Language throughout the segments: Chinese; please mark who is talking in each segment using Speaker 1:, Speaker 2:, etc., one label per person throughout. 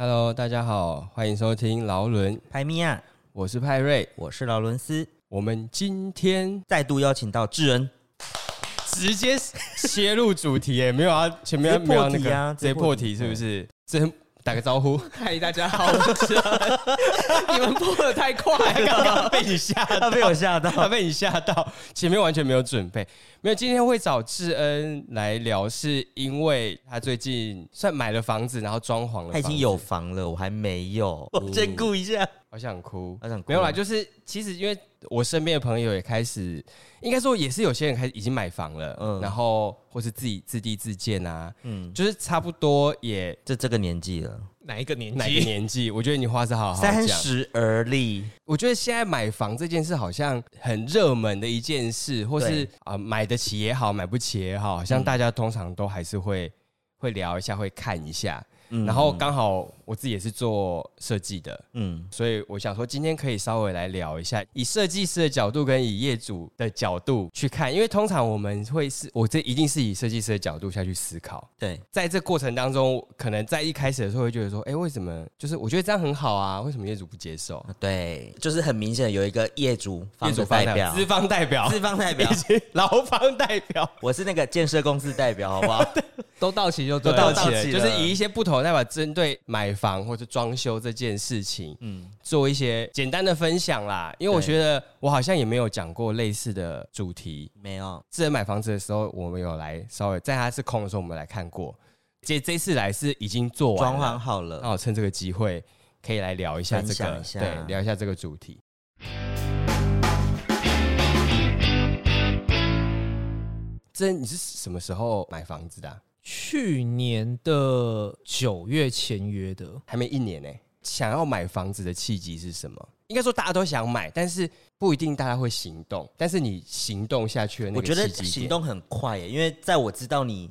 Speaker 1: Hello，大家好，欢迎收听劳伦，
Speaker 2: 派米亚，
Speaker 1: 我是派瑞。
Speaker 2: 我是劳伦斯，
Speaker 1: 我们今天
Speaker 2: 再度邀请到智恩，
Speaker 1: 直接切入主题， 也没有啊，前面
Speaker 2: 直接
Speaker 1: 没有
Speaker 2: 破
Speaker 1: 那
Speaker 2: 题啊
Speaker 1: 个直接破题，
Speaker 2: 直
Speaker 1: 是不
Speaker 2: 接破题
Speaker 1: 是？真打个招呼，
Speaker 3: 嗨，大家好，我是恩你们播的太快了，
Speaker 1: 刚 刚被你吓
Speaker 2: 他
Speaker 1: 到，
Speaker 2: 被我吓到。
Speaker 1: 他被你吓到，前面完全没有准备。没有，今天会找智恩来聊，是因为他最近算买了房子，然后装潢了，
Speaker 2: 他已经有，房了，我还没有，我先顾一下。
Speaker 1: 好想哭，
Speaker 2: 好想哭
Speaker 1: 没有啦，就是其实因为我身边的朋友也开始，应该说也是有些人开始已经买房了，
Speaker 2: 嗯
Speaker 1: 嗯，然后或是自己自地自建啊，
Speaker 2: 嗯，
Speaker 1: 就是差不多也
Speaker 2: 这这个年纪了，
Speaker 3: 哪一个年
Speaker 1: 哪个
Speaker 3: 纪？
Speaker 1: 年纪，我觉得你话是好好
Speaker 2: 三
Speaker 1: 讲。
Speaker 2: 十而立，
Speaker 1: 我觉得现在买房这件事好像很热门的一件事，或是
Speaker 2: 对
Speaker 1: 啊、买得起也好，买不起也好，好像大家通常都还是会会聊一下，会看一下。
Speaker 2: 嗯
Speaker 1: 然后刚好我自己也是做设计的，
Speaker 2: 嗯，
Speaker 1: 所以我想说，今天可以稍微来聊一下，以设计师的角度跟以业主的角度去看，因为通常我们会是，我这一定是以设计师的角度下去思考。
Speaker 2: 对，
Speaker 1: 在这过程当中，可能在一开始的时候会觉得说，哎、为什么？就是我觉得这样很好啊，为什么业主不接受？
Speaker 2: 对，就是很明显有一个业主
Speaker 1: 业
Speaker 2: 方
Speaker 1: 主
Speaker 2: 的
Speaker 1: 方
Speaker 2: 代表，
Speaker 1: 资方代 表，
Speaker 2: 资方代表
Speaker 1: 以，及劳方代表
Speaker 2: 我是那个建设公司代表，好不好？
Speaker 3: 都到齐就对
Speaker 1: 都到
Speaker 3: 了。
Speaker 1: 齐
Speaker 2: 到
Speaker 1: 了，
Speaker 2: 齐
Speaker 1: 就
Speaker 2: 了
Speaker 1: 是以一些不同的代表针对买房或者装修这件事情，
Speaker 2: 嗯，
Speaker 1: 做一些简单的分享啦。因为我
Speaker 2: 对
Speaker 1: 觉得我好像也没有讲过类似的主题。
Speaker 2: 没有，
Speaker 1: 之前买房子的时候，我们有来稍微在它是空的时候，我们来看过。这这次来是已经做完
Speaker 2: 装
Speaker 1: 了，哦
Speaker 2: 潢好了
Speaker 1: 那，我趁这个机会可以来聊一下这
Speaker 2: 分享
Speaker 1: 个
Speaker 2: 一，下
Speaker 1: 对，聊一下这个主题。这你是什么时候买房子的啊、
Speaker 3: 去年的九月签约的，
Speaker 1: 还没一年呢、想要买房子的契机是什么？应该说大家都想买，但是不一定大家会行动。但是你行动下去的那
Speaker 2: 我
Speaker 1: 个契
Speaker 2: 觉
Speaker 1: 机
Speaker 2: 得
Speaker 1: 点，
Speaker 2: 行动很快耶，因为在我知道你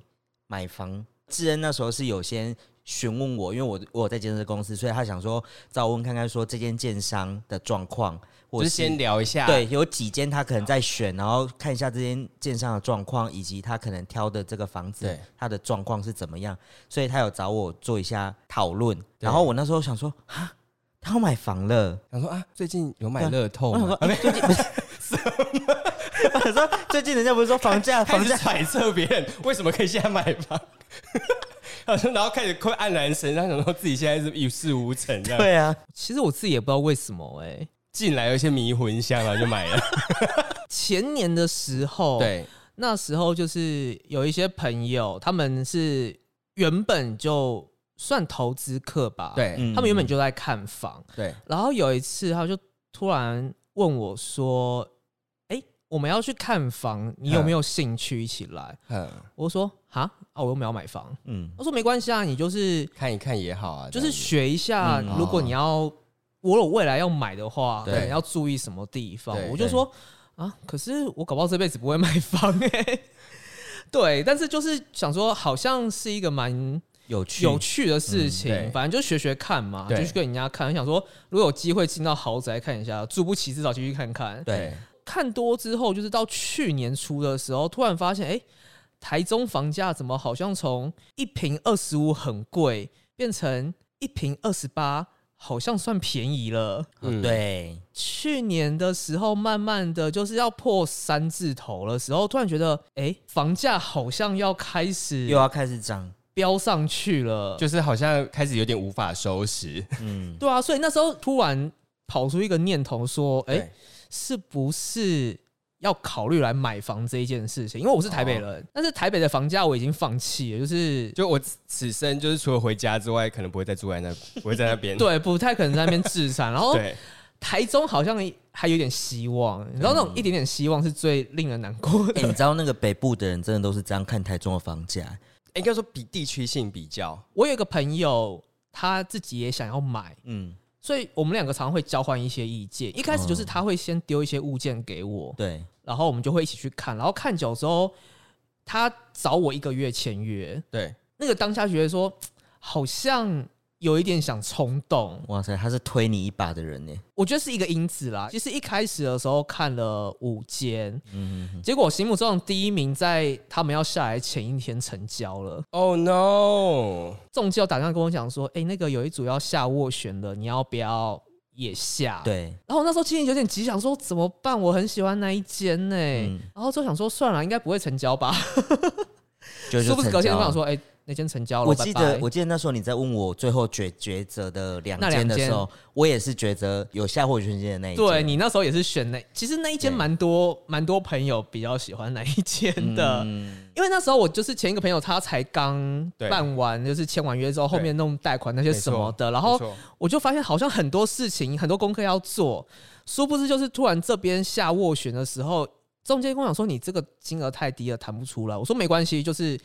Speaker 2: 买房，智恩那时候是有先询问我，因为我我有在建设公司，所以他想说找我问看看说这间建商的状况，
Speaker 1: 就
Speaker 2: 我
Speaker 1: 是先聊一下，
Speaker 2: 对，有几间他可能在选，然后看一下这间建商的状况，以及他可能挑的这个房子
Speaker 1: 对
Speaker 2: 它的状况是怎么样，所以他有找我做一下讨论。然后我那时候想说啊，他要买房了。
Speaker 1: 想说啊，最近有买乐透
Speaker 2: 我想
Speaker 1: 吗？
Speaker 2: 说，哎、最近我想说，最近人家不是说房价
Speaker 1: 开
Speaker 2: 房
Speaker 1: 始
Speaker 2: 价
Speaker 1: 揣测别人为什么可以现在买房， 然后开始会黯然神伤，想说自己现在是一事无成，这样
Speaker 2: 对啊，
Speaker 3: 其实我自己也不知道为什么哎、
Speaker 1: 进来有一些迷魂香，然后就买了。
Speaker 3: 前年的时候，，
Speaker 1: 对，
Speaker 3: 那时候就是有一些朋友，他们是原本就算投资客吧，，
Speaker 1: 对，
Speaker 2: 嗯
Speaker 3: 他们原本就在看房，
Speaker 1: 对，
Speaker 3: 然后有一次他就突然问我说：“哎、我们要去看房，你有没有兴趣一起来？”
Speaker 1: 嗯，
Speaker 3: 我说哈啊，我又没有买房。
Speaker 2: 嗯，
Speaker 3: 他说没关系啊，你就是
Speaker 1: 看一看也好啊，
Speaker 3: 就是
Speaker 1: 这样
Speaker 3: 学一下，
Speaker 2: 嗯
Speaker 3: 如果你要我有未来要买的话，可
Speaker 1: 对
Speaker 3: 能要注意什么地方
Speaker 1: 对。
Speaker 3: 我就说啊，可是我搞不好这辈子不会买房哎、 对，但是就是想说，好像是一个蛮
Speaker 2: 有趣
Speaker 3: 有趣的事情，
Speaker 1: 嗯对
Speaker 3: 反正就学学看嘛，就
Speaker 1: 对
Speaker 3: 去跟人家看。想说，如果有机会进到豪宅看一下，住不起至少进去看看。
Speaker 2: 对，
Speaker 3: 看多之后，就是到去年初的时候，突然发现，哎、台中房价怎么好像从一平二十五很贵，变成一平二十八，好像算便宜了。
Speaker 1: 嗯
Speaker 2: 哦对，
Speaker 3: 去年的时候，慢慢的就是要破三字头的时候，突然觉得，哎、房价好像要开始
Speaker 2: 又要开始涨，
Speaker 3: 飙上去了。
Speaker 1: 啊就是好像开始有点无法收拾。
Speaker 2: 嗯，
Speaker 3: 对啊，所以那时候突然跑出一个念头，说， 哎、
Speaker 2: 对
Speaker 3: 是不是要考虑来买房这一件事情？因为我是台北人，但是台北的房价我已经放弃了，就是
Speaker 1: 就我此此生就是除了回家之外，可能不会再住在那，不会在那边。
Speaker 3: 对，不太可能在那边自产。然后
Speaker 1: 对
Speaker 3: 台中好像还有点希望，你知道那种一点点希望是最令人难过
Speaker 2: 哎、
Speaker 3: 的。
Speaker 2: 你知道那个北部的人真的都是这样看台中的房价，
Speaker 1: 应该说比地区性比较，
Speaker 3: 我有一个朋友，他自己也想要买。
Speaker 2: 嗯，
Speaker 3: 所以我们两个常会交换一些意见。一开始就是他会先丢一些物件给我，
Speaker 2: 对，
Speaker 3: 然后我们就会一起去看。然后看久之后，他找我一个月签约，
Speaker 1: 对，
Speaker 3: 那个当下觉得说，好像有一点想冲动，
Speaker 2: 哇塞，他是推你一把的人呢。
Speaker 3: 我觉得是一个因子啦。其实一开始的时候看了五间，
Speaker 2: 嗯哼
Speaker 3: 结果我心目中的第一名在他们要下来前一天成交了。
Speaker 1: Oh no！
Speaker 3: 中介有打电话跟我讲说，哎、那个有一组要下斡旋了，你要不要也下？
Speaker 2: 哼，。对，
Speaker 3: 然后我那时候心里有点急，想说怎么办？我很喜欢那一间呢、
Speaker 2: 嗯
Speaker 3: 然后就想说算了，应该不会成交吧？
Speaker 2: 就是
Speaker 3: 不是隔天就
Speaker 2: 我
Speaker 3: 跟我说，哎、那间成交了，
Speaker 2: 我记
Speaker 3: 拜
Speaker 2: 得
Speaker 3: 拜，
Speaker 2: 我记得那时候你在问我最后抉抉择的两
Speaker 3: 那
Speaker 2: 间
Speaker 3: 两
Speaker 2: 的时
Speaker 3: 间
Speaker 2: 候，我也是抉择有下或权限的那一间。
Speaker 3: 对你那时候也是选那，其实那一间
Speaker 2: 对
Speaker 3: 蛮多蛮多朋友比较喜欢那一间的。
Speaker 2: 嗯
Speaker 3: 因为那时候我就是前一个朋友，他才刚
Speaker 1: 对
Speaker 3: 办完，就是签完约之后，后面弄贷款那些什么的，然
Speaker 1: 没
Speaker 3: 后
Speaker 1: 错
Speaker 3: 我就发现好像很多事情、很多功课要做，殊不知就是突然这边下斡旋的时候，中间跟我讲说你这个金额太低了，谈不出来。我说没关系，就是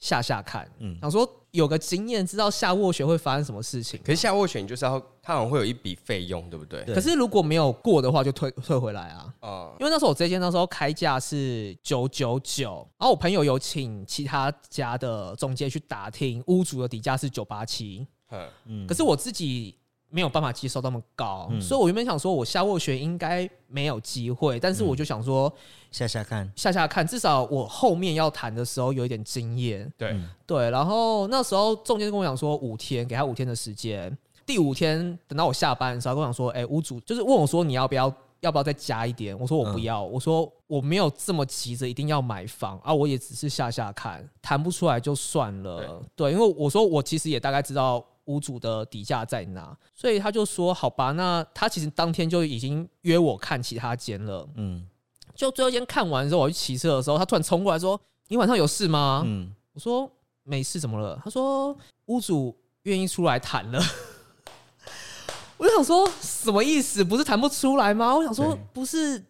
Speaker 3: 下下看，
Speaker 2: 嗯
Speaker 3: 想说有个经验，知道下斡旋会发生什么事情。
Speaker 1: 可是下斡旋就是要，它好像会有一笔费用，对不对？
Speaker 2: 对
Speaker 3: 可是如果没有过的话，就退退回来啊。
Speaker 1: 哦，
Speaker 3: 因为那时候我这间那时候开价是九九九，然后我朋友有请其他家的中介去打听，屋主的底价是九八七，
Speaker 1: 嗯，
Speaker 2: 嗯
Speaker 3: 可是我自己没有办法接受那么高，
Speaker 2: 嗯
Speaker 3: 所以我原本想说我下斡旋应该没有机会，但
Speaker 2: 嗯
Speaker 3: 是我就想说
Speaker 2: 下下看，
Speaker 3: 下下看，至少我后面要谈的时候有一点经验，
Speaker 1: 对，
Speaker 3: 对，然后那时候中介跟我讲说五天，给他五天的时间。第五天等到我下班的时候，他跟我讲说：“哎、屋主就是问我说你要不要要不要再加一点？”我说：“我不
Speaker 2: 嗯
Speaker 3: 要。我说：“我没有这么急着一定要买房啊，我也只是下下看，谈不出来就算了。对，因为我说我其实也大概知道屋主的底价在哪，所以他就说：“好吧，那他其实当天就已经约我看其他间了。
Speaker 2: 嗯
Speaker 3: 就最后一间看完之后，我去骑车的时候，他突然冲过来说：‘你晚上有事吗？’
Speaker 2: 嗯，
Speaker 3: 我说没事，怎么了？他说屋主愿意出来谈了。我就想说什么意思？不是谈不出来吗？我想说
Speaker 2: 对
Speaker 3: 不是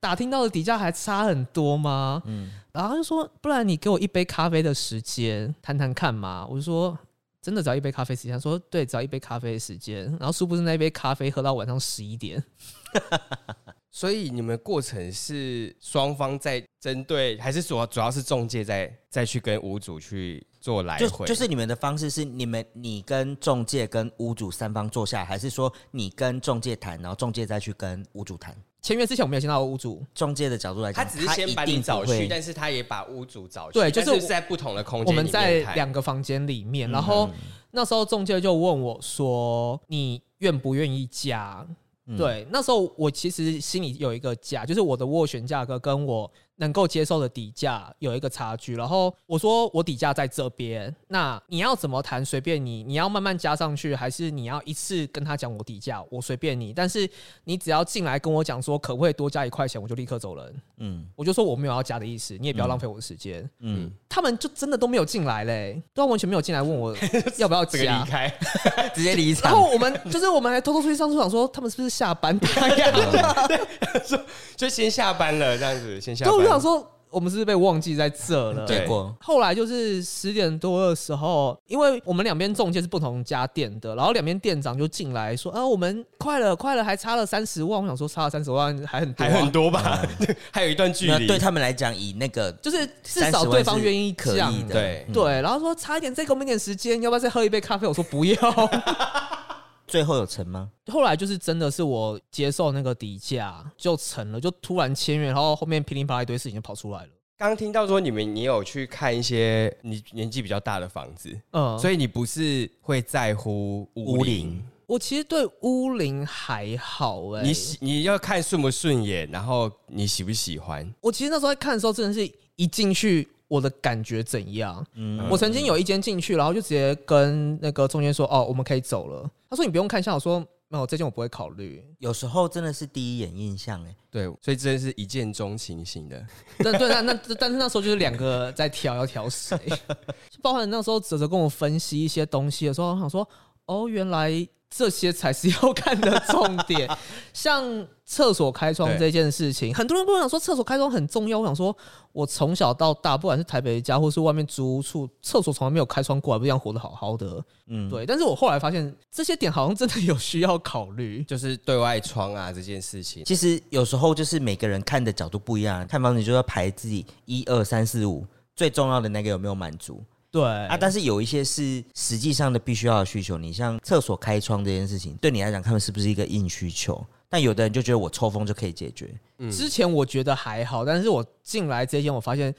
Speaker 3: 打听到的底价还差很多吗？
Speaker 2: 嗯
Speaker 3: 然后他就说不然你给我一杯咖啡的时间谈谈看嘛。我就说真的只要一杯咖啡时间，他说对，只要一杯咖啡的时间。然后殊不知那一杯咖啡喝到晚上十一点，
Speaker 1: 所以你们过程是双方在针对，还是主要主要是中介在再去跟屋主去做来
Speaker 2: 就
Speaker 1: 回？
Speaker 2: 就是你们的方式是你们你跟中介跟屋主三方坐下，还是说你跟中介谈，然后中介再去跟屋主谈？
Speaker 3: 签约之前我没有见到屋主，
Speaker 2: 中介的角度来
Speaker 1: 他
Speaker 2: 讲，
Speaker 1: 只是先把
Speaker 2: 一定
Speaker 1: 你
Speaker 2: 不
Speaker 1: 找去，
Speaker 2: 会
Speaker 1: 但是他也把屋主找去，
Speaker 3: 对就是
Speaker 1: 但
Speaker 3: 我
Speaker 1: 在不同的空间里
Speaker 3: 我
Speaker 1: 面嗯
Speaker 3: 们在
Speaker 1: 谈
Speaker 3: 两个房间里面，然后那时候中介就问我说：“你愿不愿意加？”
Speaker 2: 嗯
Speaker 3: 对，那时候我其实心里有一个价，就是我的斡旋价格跟我能够接受的底价有一个差距。然后我说我底价在这边，那你要怎么谈随便你，你要慢慢加上去，还是你要一次跟他讲我底价，我随便你。但是你只要进来跟我讲说可不可以多加一块钱，我就立刻走人。
Speaker 2: 嗯
Speaker 3: 我就说我没有要加的意思，你也不要浪费我的时间。
Speaker 2: 嗯，
Speaker 3: 他们就真的都没有进来嘞、都完全没有进来问我要不 要
Speaker 1: 这个离
Speaker 3: 加。
Speaker 1: 开，
Speaker 2: 直接离
Speaker 3: 然
Speaker 2: 场。
Speaker 3: 后我们就是我们还偷偷出去上厕所，想说他们是不是下班 打烊？
Speaker 1: 就先下班了这样子，先下
Speaker 3: 就我想
Speaker 1: 班。
Speaker 3: 说我们是不是被忘记在这了。
Speaker 1: 对
Speaker 2: 结果
Speaker 3: 后来就是十点多的时候，因为我们两边中介是不同家店的，然后两边店长就进来说：“啊，我们快了，快了，还差了三十万。”我想说差了三十万还很多、
Speaker 1: 还
Speaker 3: 啊，
Speaker 1: 很多吧， 还有一段距
Speaker 2: 那
Speaker 1: 离。
Speaker 2: 对他们来讲，以那个
Speaker 3: 就是至
Speaker 2: 30
Speaker 3: 少
Speaker 2: 万
Speaker 3: 对方
Speaker 2: 是
Speaker 3: 愿意
Speaker 2: 可
Speaker 3: 降
Speaker 2: 以的，
Speaker 1: 对
Speaker 2: 嗯
Speaker 3: 对，然后说差一点，再给我们一点时间，要不要再喝一杯咖啡？我说不要。
Speaker 2: 最后有成吗？
Speaker 3: 后来就是真的是我接受那个底价就成了，就突然签约，然后后面噼里啪啦一堆事情就跑出来了。
Speaker 1: 刚听到说你们也有去看一些你年纪比较大的房子，
Speaker 3: 嗯，所
Speaker 1: 所
Speaker 3: 以
Speaker 1: 以你不是会在乎
Speaker 2: 屋
Speaker 1: 屋龄
Speaker 2: 龄？
Speaker 3: 我其实对屋龄还好哎、
Speaker 1: 你喜你要看顺不顺眼，然后你喜不喜欢？
Speaker 3: 我其实那时候在看的时候，真的是一进去我的感觉怎样？
Speaker 2: 嗯
Speaker 3: 我曾经有一间进去，然后就直接跟那个中间说：“哦，我们可以走了。”他说：“你不用看一下。”我说：“没有，这间我不会考虑。
Speaker 2: 有时候真的是第一眼印象，哎，
Speaker 1: 对，所以真的是一见钟情型的。
Speaker 3: 但对，那那但是那时候就是两个在挑，要挑谁？就包含那时候泽泽跟我分析一些东西的时候，我想说，哦，原来这些才是要看的重点。像厕所开窗这件事情，很多人跟我讲说厕所开窗很重要。我想说，我从小到大，不管是台北的家或是外面租屋处，厕所从来没有开窗过，还不一样活得好好的。
Speaker 2: 嗯，
Speaker 3: 对，但是我后来发现这些点好像真的有需要考虑。
Speaker 1: 就是对外窗啊这件事情，
Speaker 2: 其实有时候就是每个人看的角度不一样，看房子就要排自己一二三四五，最重要的那个有没有满足？
Speaker 3: 对
Speaker 2: 啊，但是有一些是实际上的必须要的需求。你像厕所开窗这件事情，对你来讲，他们是不是一个硬需求？但有的人就觉得我抽风就可以解决。
Speaker 3: 之前我觉得还好，但是我进来这间我发现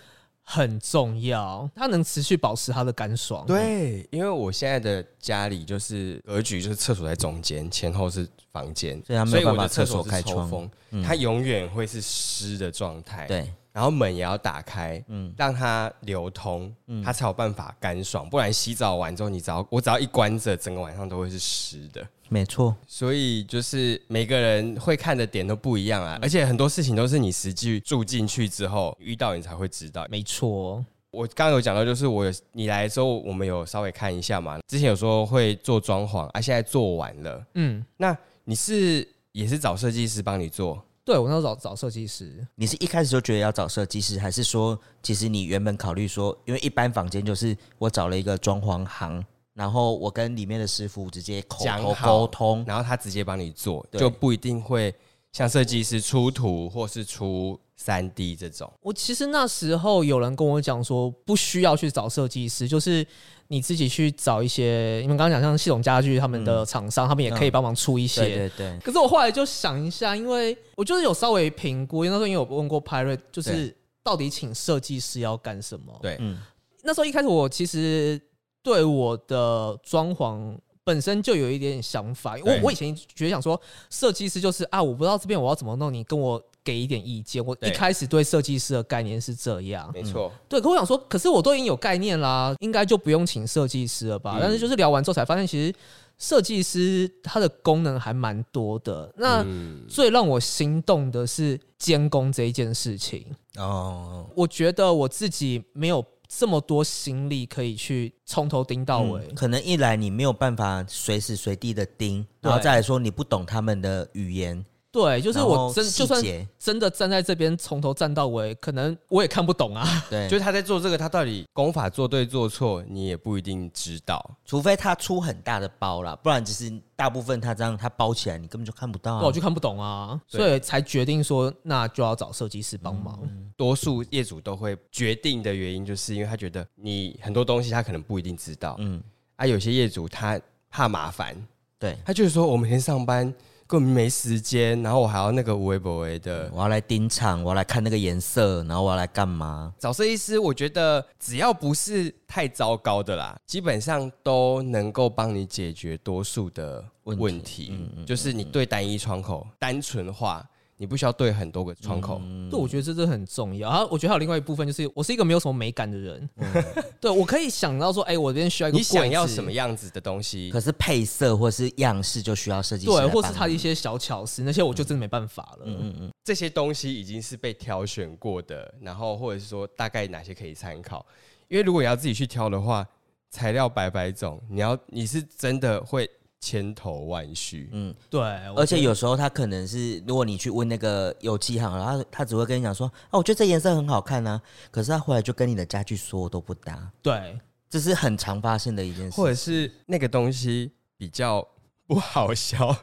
Speaker 3: 很重要，它能持续保持它的干爽。，
Speaker 1: 对，因为我现在的家里就是格局，就是厕所在中间，前后是房间，
Speaker 2: 所以它没有
Speaker 1: 我
Speaker 2: 办法
Speaker 1: 的厕所
Speaker 2: 厕所开
Speaker 1: 是抽
Speaker 2: 窗嗯
Speaker 1: 风，它永远会是湿的状态。，
Speaker 2: 对，
Speaker 1: 然后门也要打开，
Speaker 2: 嗯，
Speaker 1: 让它流通，它才有办法干爽。不然洗澡完之后，你只要我只要一关着，整个晚上都会是湿的。
Speaker 2: 没错，
Speaker 1: 所以就是每个人会看的点都不一样
Speaker 2: 嗯
Speaker 1: 啊，而且很多事情都是你实际住进去之后遇到你才会知道。
Speaker 3: 没错，
Speaker 1: 我刚刚有讲到，就是我有你来的时候，我们有稍微看一下嘛。之前有说会做装潢啊，现在做完了。
Speaker 3: 嗯，
Speaker 1: 那你是也是找设计师帮你做？
Speaker 3: 对我那时候找找设计师，
Speaker 2: 你是一开始就觉得要找设计师，还是说其实你原本考虑说，因为一般房间就是我找了一个装潢行，然后我跟里面的师傅直接口
Speaker 1: 讲
Speaker 2: 头
Speaker 1: 好
Speaker 2: 沟通，
Speaker 1: 然后他直接帮你做，
Speaker 2: 对
Speaker 1: 就不一定会像设计师出图或是出三 D 这种。
Speaker 3: 我其实那时候有人跟我讲说，不需要去找设计师，就是你自己去找一些，你们刚刚讲像系统家具他们的厂商，他们也可以帮忙出一
Speaker 2: 嗯
Speaker 3: 些。
Speaker 2: 对对对，
Speaker 3: 可是我后来就想一下，因为我就是有稍微评估，因为那时候因为我问过 Pirate，就是到底请设计师要干什么？
Speaker 1: 对，
Speaker 2: 嗯，
Speaker 3: 那时候一开始我其实对我的装潢本身就有一点想法，我
Speaker 1: 对
Speaker 3: 我以前觉得想说设计师就是啊，我不知道这边我要怎么弄，你跟我给一点意见。我一
Speaker 1: 对
Speaker 3: 开始对设计师的概念是这样，
Speaker 1: 没错。
Speaker 2: 嗯
Speaker 3: 对，可我想说，可是我都已经有概念啦，应该就不用请设计师了吧？
Speaker 1: 嗯
Speaker 3: 但是就是聊完之后才发现，其实设计师它的功能还蛮多的。那
Speaker 1: 嗯，
Speaker 3: 最让我心动的是监工这一件事情。
Speaker 2: 哦，
Speaker 3: 我觉得我自己没有这么多心力可以去从头盯到尾。
Speaker 2: 嗯可能一来你没有办法随时随地的盯，
Speaker 3: 对
Speaker 2: 然后再来说你不懂他们的语言，
Speaker 3: 对，就是
Speaker 2: 然
Speaker 3: 我
Speaker 2: 后
Speaker 3: 真
Speaker 2: 细
Speaker 3: 就算
Speaker 2: 节
Speaker 3: 真的站在这边从头站到尾，可能我也看不懂啊。
Speaker 2: 对，
Speaker 1: 就
Speaker 2: 就是
Speaker 1: 他在做这个，他到底功法做对做错，你也不一定知道。
Speaker 2: 除非他出很大的包啦，不然其实大部分他这样他包起来你根本就看不到、
Speaker 3: 对，我
Speaker 2: 啊
Speaker 3: 就。看不懂啊，
Speaker 1: 对
Speaker 3: 所以才决定说，那就要找设计师帮忙。
Speaker 2: 嗯
Speaker 1: 多数业主都会决定的原因，就是因为他觉得你很多东西他可能不一定知道，
Speaker 2: 嗯，
Speaker 1: 啊，有些业主他怕麻烦，
Speaker 2: 对，
Speaker 1: 他就是说我每天上班根本没时间，然后我还要那个无微不微的。
Speaker 2: 我要来盯场，我要来看那个颜色，然后我要来干嘛？
Speaker 1: 找设计师，我觉得只要不是太糟糕的啦，基本上都能够帮你解决多数的
Speaker 2: 问
Speaker 1: 问
Speaker 2: 题
Speaker 1: 题。
Speaker 2: 嗯嗯
Speaker 1: 就是你对单一窗口单纯化，你不需要对很多个窗口。
Speaker 3: 对，我觉得这真的很重要。然啊后我觉得还有另外一部分，就是我是一个没有什么美感的人。
Speaker 2: 嗯
Speaker 3: 对，我可以想到说，哎、我这边需要一个
Speaker 1: 你想要
Speaker 3: 柜子
Speaker 1: 什么样子的东西
Speaker 2: 可？是配色或是样式就需要设计师来
Speaker 3: 对，
Speaker 2: 帮忙，
Speaker 3: 或是他的一些小巧思，那些我就真的没办法了。
Speaker 2: 嗯嗯
Speaker 1: 这些东西已经是被挑选过的，然后或者是说大概哪些可以参考。因为如果你要自己去挑的话，材料百百种，你要你是真的会千头万绪。
Speaker 2: 嗯，
Speaker 3: 对，
Speaker 2: 而且有时候他可能是，如果你去问那个油漆行，然后他他只会跟你讲说，啊，我觉得这颜色很好看啊，可是他回来就跟你的家具说都不搭，
Speaker 3: 对，
Speaker 2: 这是很常发生的一件事。
Speaker 1: 或者是那个东西比较不好 销，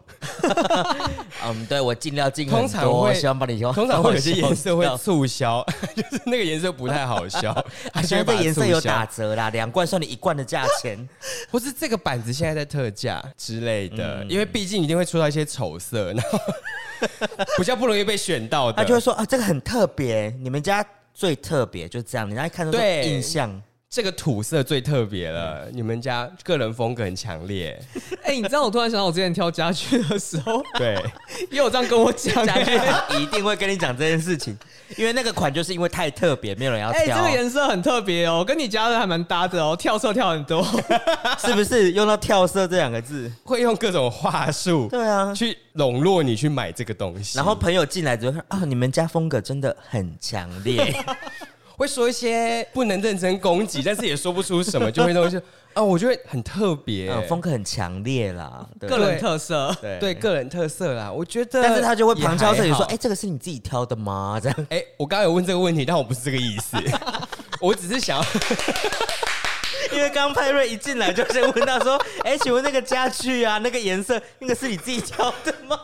Speaker 2: 嗯，对我尽量尽很多，
Speaker 1: 通常会
Speaker 2: 希望把你
Speaker 1: 通常会有 些颜色会
Speaker 2: 啊
Speaker 1: 促 销，就是那个颜色不太好销，它就
Speaker 2: 现
Speaker 1: 会
Speaker 2: 在
Speaker 1: 把
Speaker 2: 这
Speaker 1: 它
Speaker 2: 颜色有
Speaker 1: 促销
Speaker 2: 打折啦，两罐算你一罐 的价钱。
Speaker 1: 或是这个板子现在在特价之类的，
Speaker 2: 嗯
Speaker 1: 因为毕竟一定会出到一些丑色，然后 比较不容易被选到
Speaker 2: 他就会
Speaker 1: 的。
Speaker 2: 说啊，这个很特别，你们家最特别，就这样，人家一看就
Speaker 1: 对
Speaker 2: 印象。
Speaker 1: 这个土色最特别了，
Speaker 2: 嗯
Speaker 1: 你们家个人风格很强烈，
Speaker 3: 哎、你知道我突然想到，我之前挑家具的时候，
Speaker 1: 对，
Speaker 3: 也有这样跟我讲、
Speaker 2: 家具
Speaker 3: 哎
Speaker 2: 行一定会跟你讲这件事情，因为那个款就是因为太特别，没有 人要
Speaker 3: 哎、
Speaker 2: 挑，啊
Speaker 3: 这个颜色很特别哦，跟你家的还蛮搭的哦，跳色跳很多。
Speaker 2: 是不是用到“跳色”这两个字？
Speaker 1: 会用各种话 术
Speaker 2: 对啊，
Speaker 1: 去笼络你去买这个东西，
Speaker 2: 然后朋友进来只会说啊，你们家风格真的很强 烈，嗯
Speaker 1: 会说一些不能认真攻 击，但是也说不出什么，就会东西啊，我觉得很特别、
Speaker 2: 嗯，风格很强烈啦。对
Speaker 3: 个人特色，
Speaker 2: 对
Speaker 1: 对个人特色啦，我觉得。
Speaker 2: 但是他就会旁敲侧击说：“哎、
Speaker 1: 哎
Speaker 2: 这个是你自己挑的吗？” 这样
Speaker 1: 哎、我刚刚有问这个问题，但我不是这个意 思，我只是想要
Speaker 2: 因为刚刚派瑞一进来就先问到说：“哎、请问那个家具啊，那个颜色，那个是你自己挑的吗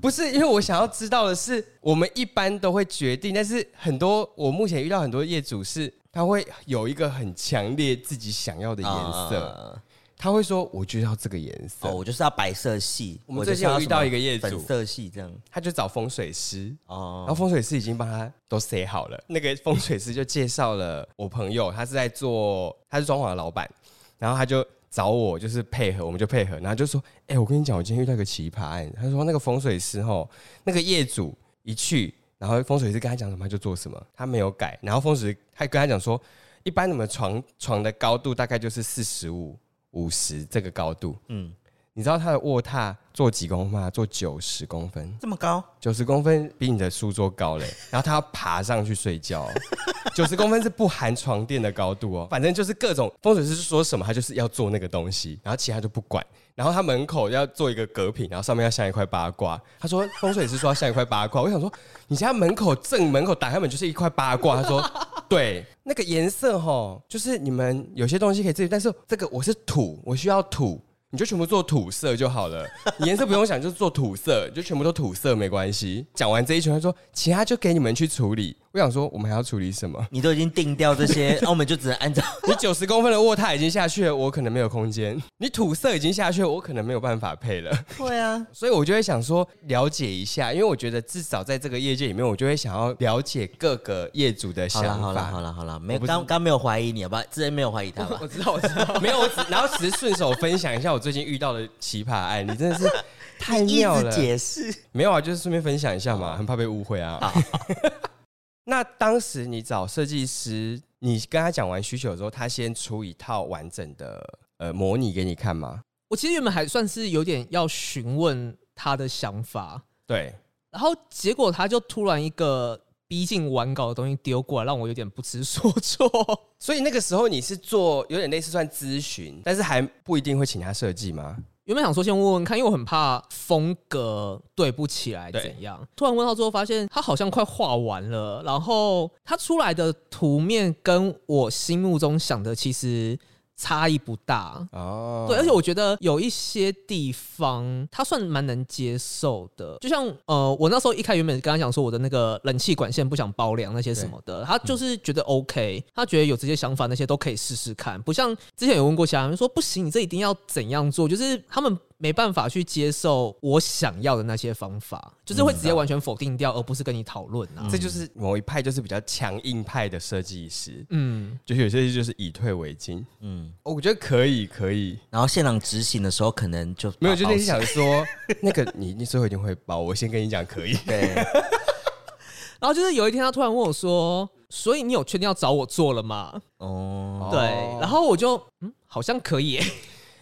Speaker 1: 不是，因为我想要知道的是，我们一般都会决定，但是很多我目前遇到很多业主是他会有一个很强烈自己想要的颜色，
Speaker 2: 啊
Speaker 1: 他会说我就要这个颜色
Speaker 2: 哦，，我就是要白色系。
Speaker 1: 我们
Speaker 2: 就
Speaker 1: 最
Speaker 2: 是
Speaker 1: 近有
Speaker 2: 要
Speaker 1: 遇
Speaker 2: 什
Speaker 1: 到
Speaker 2: 么
Speaker 1: 一个业
Speaker 2: 粉
Speaker 1: 主
Speaker 2: 色系这样
Speaker 1: 他就找风水师，然后
Speaker 2: 哦，
Speaker 1: 风水师已经帮他都塞好了。那个风水师就介绍了我朋友，他是在做，他是装潢的老板，然后他就找我，就是配合，我们就配合，然后就说：“哎、我跟你讲，我今天遇到一个奇葩案。”他说那个风水师吼，那个业主一去，然后风水师跟他讲什么他就做什么，他没有改。然后风水还跟他讲说，一般你们床床的高度大概就是四十五、五十这个高度，
Speaker 2: 嗯，
Speaker 1: 你知道他的卧榻做几公分吗？做九十公分。
Speaker 2: 这么高，
Speaker 1: 九十公分比你的书桌高嘞，然后他要爬上去睡觉、哦，九十公分是不含床垫的高度哦。反正就是各种风水师说什么，他就是要做那个东西，然后其他就不管。然后他门口要做一个隔屏，然后上面要像一块八卦。他说风水师说要像一块八卦，我想说你家门口正门口打开门就是一块八卦。他说对，那个颜色哈，就是你们有些东西可以自己，但是这个我是土，我需要土。你就全部做土色就好 了，你颜色不用想，就是做土色，就全部都土色没关系。讲完这一圈，他说其他就给你们去处理。我想说，我们还要处理什 么？
Speaker 2: 你都已经定掉这些，那我们就只能按照
Speaker 1: 你九十公分的卧榻已经下去了，我可能没有空间；你土色已经下去了，我可能没有办法配了。
Speaker 2: 对啊，
Speaker 1: 所以我就会想说了解一下，因为我觉得至少在这个业界里面，我就会想要了解各个业主的
Speaker 2: 好
Speaker 1: 想
Speaker 2: 了
Speaker 1: 法。
Speaker 2: 好了好了好了，没
Speaker 1: 我不是
Speaker 2: 刚刚没有怀疑你，好吧？之前没有怀疑 他吧？
Speaker 1: 我知道，我知道，没有，我只然后只是顺手分享一下我最近遇到的奇葩案，你真的是太
Speaker 2: 一
Speaker 1: 妙
Speaker 2: 直
Speaker 1: 了。
Speaker 2: 解释，
Speaker 1: 没有啊，就是顺便分享一下嘛，很怕被误会啊。 那当时你找设计师，你跟他讲完需求之后，他先出一套完整的呃模拟给你看吗？
Speaker 3: 我其实原本还算是有点要询问他的想法，
Speaker 1: 对，
Speaker 3: 然后结果他就突然一个逼近完稿的东西丢过来，让我有点不知所措。
Speaker 1: 所以那个时候你是做有点类似算咨询，但是还不一定会请他设计吗？
Speaker 3: 原本想说先问问看，因为我很怕风格对不起来怎样。突然问到之后，发现他好像快画完了，然后他出来的图面跟我心目中想的其实差异不大。
Speaker 1: 哦，
Speaker 2: 嗯
Speaker 3: 对，而且我觉得有一些地方他算蛮能接受的，就像呃，我那时候一开原本跟他讲说我的那个冷气管线不想保凉那些什么的，他就是觉得 OK，他觉得有这些想法那些都可以试试看，不像之前有问过其他人说不行，你这一定要怎样做，就是他们。没办法去接受我想要的那些方法，就是会直接完全否定掉，而不是跟你讨论啊。
Speaker 1: 这就是某一派就是比较强硬派的设计师，
Speaker 3: 嗯，
Speaker 1: 就是有些就是以退为进。
Speaker 2: 嗯，
Speaker 1: 哦，我觉得可以，可以。
Speaker 2: 然后现场执行的时候可能就
Speaker 1: 没有，就
Speaker 2: 那
Speaker 1: 是想 说那个你你最后一定会包，我先跟你讲可以。
Speaker 2: 对，
Speaker 3: 然后就是有一天他突然问我说：“所以你有确定要找我做了吗？”
Speaker 2: 哦，
Speaker 3: 对
Speaker 1: 哦，
Speaker 3: 然后我就嗯，好像可以耶、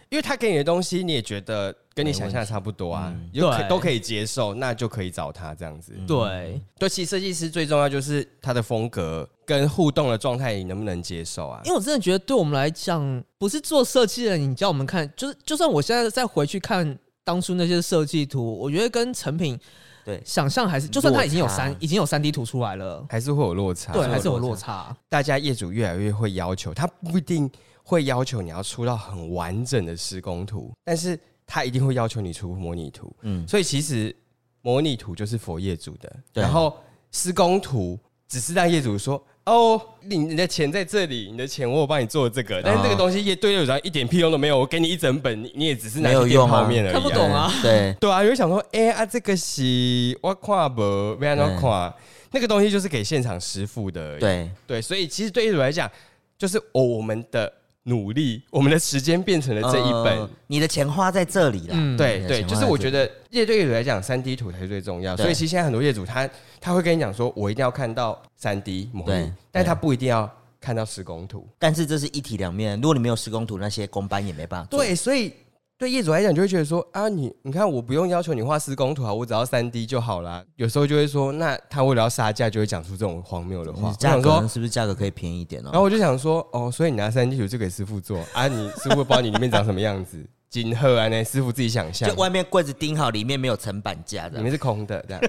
Speaker 1: 因为他给你的东西，你也觉得跟你想象的差不多啊，有可
Speaker 3: 对
Speaker 1: 都可以接受，那就可以找他这样子。
Speaker 3: 对，
Speaker 1: 对，其实设计师最重要就是他的风格跟互动的状态，你能不能接受啊
Speaker 3: 因？为我真的觉得对我们来讲，不是做设计的，你叫我们看，就是就算我现在再回去看当初那些设计图，我觉得跟成品
Speaker 2: 对
Speaker 3: 想象还是，就算它已经有
Speaker 2: 落差
Speaker 3: 三已经有三 D 图出来了，
Speaker 1: 还是会有落差。
Speaker 3: 对，还
Speaker 1: 所以
Speaker 3: 是有落差。
Speaker 1: 大家业主越来越会要求，他不一定会要求你要出到很完整的施工图，但是他一定会要求你出模拟图。
Speaker 2: 嗯，
Speaker 1: 所以其实模拟图就是佛业主的，
Speaker 2: 对
Speaker 1: 然后施工图只是让业主说。哦，你你的钱在这里，你的钱我有帮你做这
Speaker 2: 啊
Speaker 1: 个，但是这个东西业对业主来讲一点屁用都没有，我给你一整本，你你也只是拿
Speaker 2: 没有
Speaker 1: 去垫
Speaker 2: 用啊
Speaker 1: 泡面而已、啊，
Speaker 3: 看不懂啊
Speaker 2: 对，
Speaker 1: 对啊，有人想说，哎、啊，这个是我看啊不，不要那看，啊那个东西就是给现场师傅的而已，
Speaker 2: 对对，
Speaker 1: 对，所以其实对业主来讲，就是哦，我们的努力，我们的时间变成了这一本，
Speaker 2: 嗯你的钱花在这里了，
Speaker 3: 嗯
Speaker 1: 对
Speaker 2: 嗯
Speaker 1: 对，
Speaker 2: 情
Speaker 1: 就
Speaker 2: 况
Speaker 1: 是我
Speaker 2: 在这
Speaker 1: 觉得业对业主来讲，三 D 图才是最重要。
Speaker 2: 对
Speaker 1: 所以其实现在很多业主他他会跟你讲说，我一定要看到三 D 模拟
Speaker 2: 对，
Speaker 1: 但他不一定要看到施工图。
Speaker 2: 但是这是一体两面，如果你没有施工图，那些工班也没办法做。
Speaker 1: 对，所以对业主来讲就会觉得说啊，你你看我不用要求你画施工图啊，我只要三 D 就好啦。有时候就会说，那他为了要杀价，就会讲出嗯这种荒谬的话。
Speaker 2: 你
Speaker 1: 我
Speaker 2: 嗯价
Speaker 1: 想
Speaker 2: 格
Speaker 1: 说
Speaker 2: 呢。是不是价格可以便宜一点
Speaker 1: 然后
Speaker 2: 哦？
Speaker 1: 我就想说，哦，所以你拿三 D 图就给师傅做啊？你师傅不知道你里面长什么样子， 金鹤啊，那师傅自己想象
Speaker 2: 就，外面柜子钉好，里面没有层板架
Speaker 1: 里
Speaker 2: 的
Speaker 1: 面。是空的这样。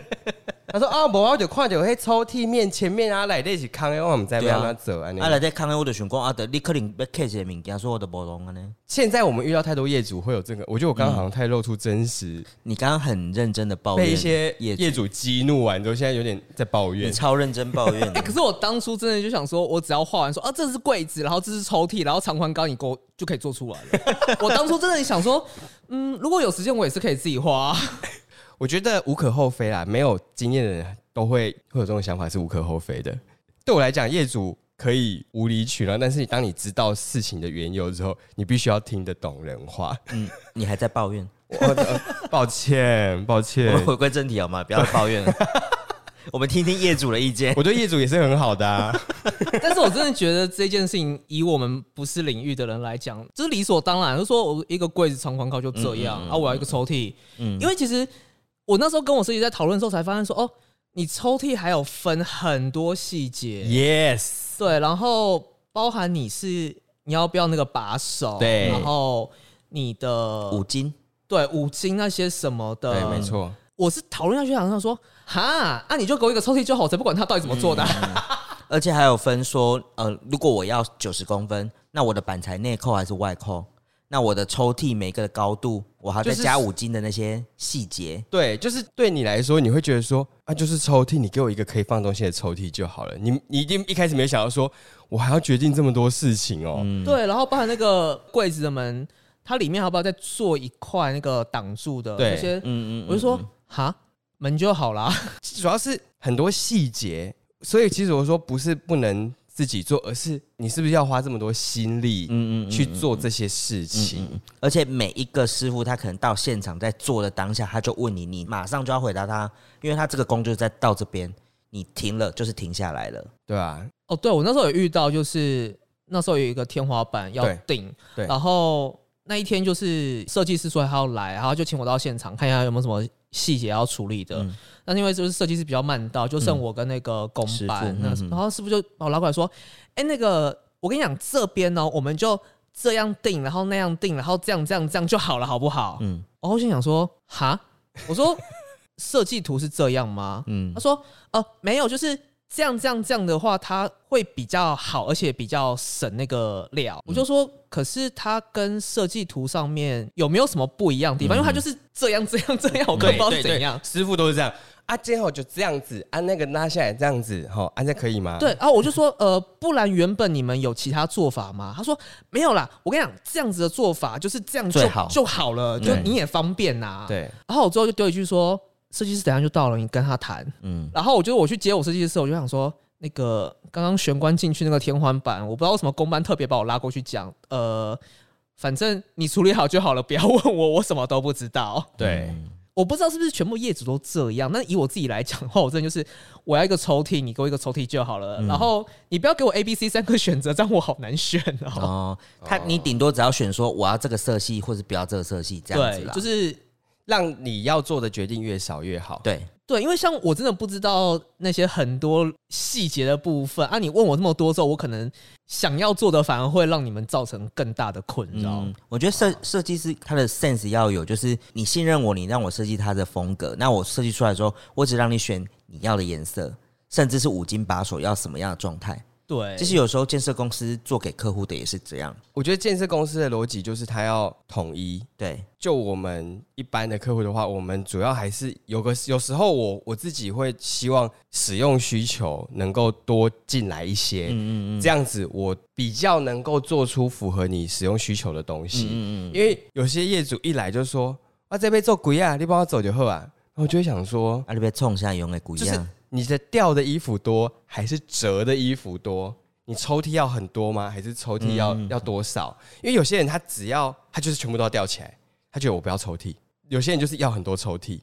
Speaker 1: 他说啊，无我就看着迄抽屉面前面啊，内底是空的，我毋知要安怎做安尼
Speaker 2: 啊，。来在看看我的想讲啊，得你可能要 catch 的物件，说我的无容安尼。
Speaker 1: 现在我们遇到太多业主会有这个，嗯我觉得我刚刚好像太露出真实，
Speaker 2: 你刚刚很认真的抱怨
Speaker 1: 被一些
Speaker 2: 业主，
Speaker 1: 业主激怒完之后，现在有点在抱
Speaker 2: 你
Speaker 1: 怨。
Speaker 2: 超认真抱怨
Speaker 3: 哎、。 可是我当初真的就想说，我只要画完说啊，这是柜子，然后这是抽屉，然后长宽高你给我就可以做出来了。 我当初真的想说，嗯，如果有时间我也是可以自己画、啊。
Speaker 1: 我觉得无可厚非啦，没有经验的人都会会有这种想法是无可厚非的。对我来讲，业主可以无理取闹，但是你当你知道事情的缘由之后，你必须要听得懂人话。
Speaker 2: 嗯，你还在抱怨。
Speaker 1: 我呃抱歉，抱
Speaker 2: 我
Speaker 1: 歉
Speaker 2: 们，回归正题好吗？不要再抱 怨了。我们听听业主的意见。
Speaker 1: 我对业主也是很好的、啊。
Speaker 3: 但是我真的觉得这件事情，以我们不是领域的人来讲，这是理所当然。就说我一个柜子长宽高就这样、
Speaker 2: 嗯嗯嗯
Speaker 3: 啊，我要一个抽屉，
Speaker 2: 嗯
Speaker 3: 因为其实我那时候跟我设计在讨论的时候才发现说，哦，你抽屉还有分很多细节
Speaker 1: Yes，
Speaker 3: 对，然后包含你是你要不要那个把手，
Speaker 1: 对
Speaker 3: 然后你的
Speaker 2: 五金，
Speaker 3: 对五金那些什么的，
Speaker 1: 对，没。错。
Speaker 3: 我是讨论下去，好像说，哈，啊，你就给我一个抽屉就好，我才不管它到底怎么做的啊、
Speaker 2: 而且还有分说，呃，如果我要九十公分，那我的板材内扣还是外扣？那我的抽屉每个的高度，我还要再
Speaker 1: 就是
Speaker 2: 加五金的那些细节。
Speaker 1: 对，就是对你来说，你会觉得说啊，就是抽屉，你给我一个可以放东西的抽屉就好了。你你一定一开始没有想到说，我还要决定这么多事情哦。
Speaker 2: 嗯
Speaker 3: 对，然后包含那个柜子的门，它里面要不要再做一块那个挡住的
Speaker 1: 对
Speaker 3: 那些？
Speaker 2: 嗯
Speaker 3: 我就说，哈，门就好啊啦。
Speaker 1: 主要是很多细节，所以其实我说不是不能自己做，而是你是不是要花这么多心力
Speaker 2: 嗯
Speaker 1: 去做这些事情？
Speaker 2: 而且每一个师傅他可能到现场在做的当下，他就问你，你马上就要回答他，因为他这个工就是在到这边，你停了就是停下来了。
Speaker 1: 对吧？
Speaker 3: 哦，对，我那时候有遇到，就是那时候有一个天花板要
Speaker 1: 对
Speaker 3: 定，
Speaker 1: 对
Speaker 3: 然后那一天就是设计师说他要来，然后就请我到现场看一下有没有什么细节要处理的。
Speaker 2: 嗯
Speaker 3: 那因为就是设计师比较慢到，就剩我跟那个工
Speaker 2: 师傅
Speaker 3: 班，
Speaker 2: 嗯
Speaker 3: 那
Speaker 2: 嗯
Speaker 3: 然后师傅就把我拉过来说：“哎、那个我跟你讲，这边呢、我们就这样定，然后那样定，然后这样这样这样就好了，好不好？”
Speaker 2: 嗯
Speaker 3: 然后我心想说：“哈，我说设计图是这样吗？”
Speaker 2: 嗯
Speaker 3: 他，说：“呃，没有，就是这样这样这样的话，它会比较好，而且比较省那个料。我就说：“可是它跟设计图上面有没有什么不一样的地方？因为它就是这样这样这样，我根本不知道是怎样。
Speaker 1: 师傅都是这样啊，今天我就这样子，按、那个拉下来这样子，吼、按、这可以吗？
Speaker 3: 对，，然后我就说，呃，不然原本你们有其他做法吗？他说没有啦，我跟你讲，这样子的做法就是这样
Speaker 2: 最
Speaker 3: 就
Speaker 2: 好
Speaker 3: 就好了，就
Speaker 1: 对
Speaker 3: 你也方便呐、，
Speaker 1: 对，
Speaker 3: 然后我最后就丢一句说，设计师等一下就到了，你跟他谈。
Speaker 2: 嗯，
Speaker 3: 然后我觉得我去接我设计师的时候，我就想说，那个刚刚玄关进去那个天花板，我不知道为什么公班特别把我拉过去讲，呃，反正你处理好就好了，不要问我，我什么都不知道。
Speaker 1: 对，
Speaker 2: 嗯
Speaker 3: 我不知道是不是全部业主都这样。那以我自己来讲的话，我真的就是我要一个抽屉，你给我一个抽屉就好了。然后你不要给我 A、B、C 三个选择，这样我好难选哦。
Speaker 2: 哦，他你顶多只要选说我要这个色系，或是不要这个色系这样子
Speaker 3: 对，
Speaker 2: 啦。
Speaker 3: 就是
Speaker 1: 让你要做的决定越少越好。
Speaker 2: 对，
Speaker 3: 对，因为像我真的不知道那些很多细节的部分啊，你问我这么多之后，我可能想要做的反而会让你们造成更大的困扰。
Speaker 2: 嗯，我觉得设设计师他的 sense 要有，就是你信任我，你让我设计他的风格，那我设计出来之后，我只让你选你要的颜色，甚至是五金把手要什么样的状态。
Speaker 3: 对，
Speaker 2: 其实有时候建设公司做给客户的也是这样，
Speaker 1: 我觉得建设公司的逻辑就是它要统一。
Speaker 2: 对，
Speaker 1: 就我们一般的客户的话，我们主要还是有个有时候我我自己会希望使用需求能够多进来一些，
Speaker 2: 嗯
Speaker 1: 这样子我比较能够做出符合你使用需求的东西。
Speaker 2: 嗯嗯
Speaker 1: 因为有些业主一来就说啊这边做鬼啊，你帮我走就好啊，然后我就会想说，
Speaker 2: 啊，你被冲下用的不一
Speaker 1: 就是
Speaker 2: 样，
Speaker 1: 你的吊的衣服多还是折的衣服多？你抽屉要很多吗？还是抽屉要、
Speaker 2: 嗯
Speaker 1: 要多少？因为有些人他只要他就是全部都要吊起来，他觉得我不要抽屉；有些人就是要很多抽屉，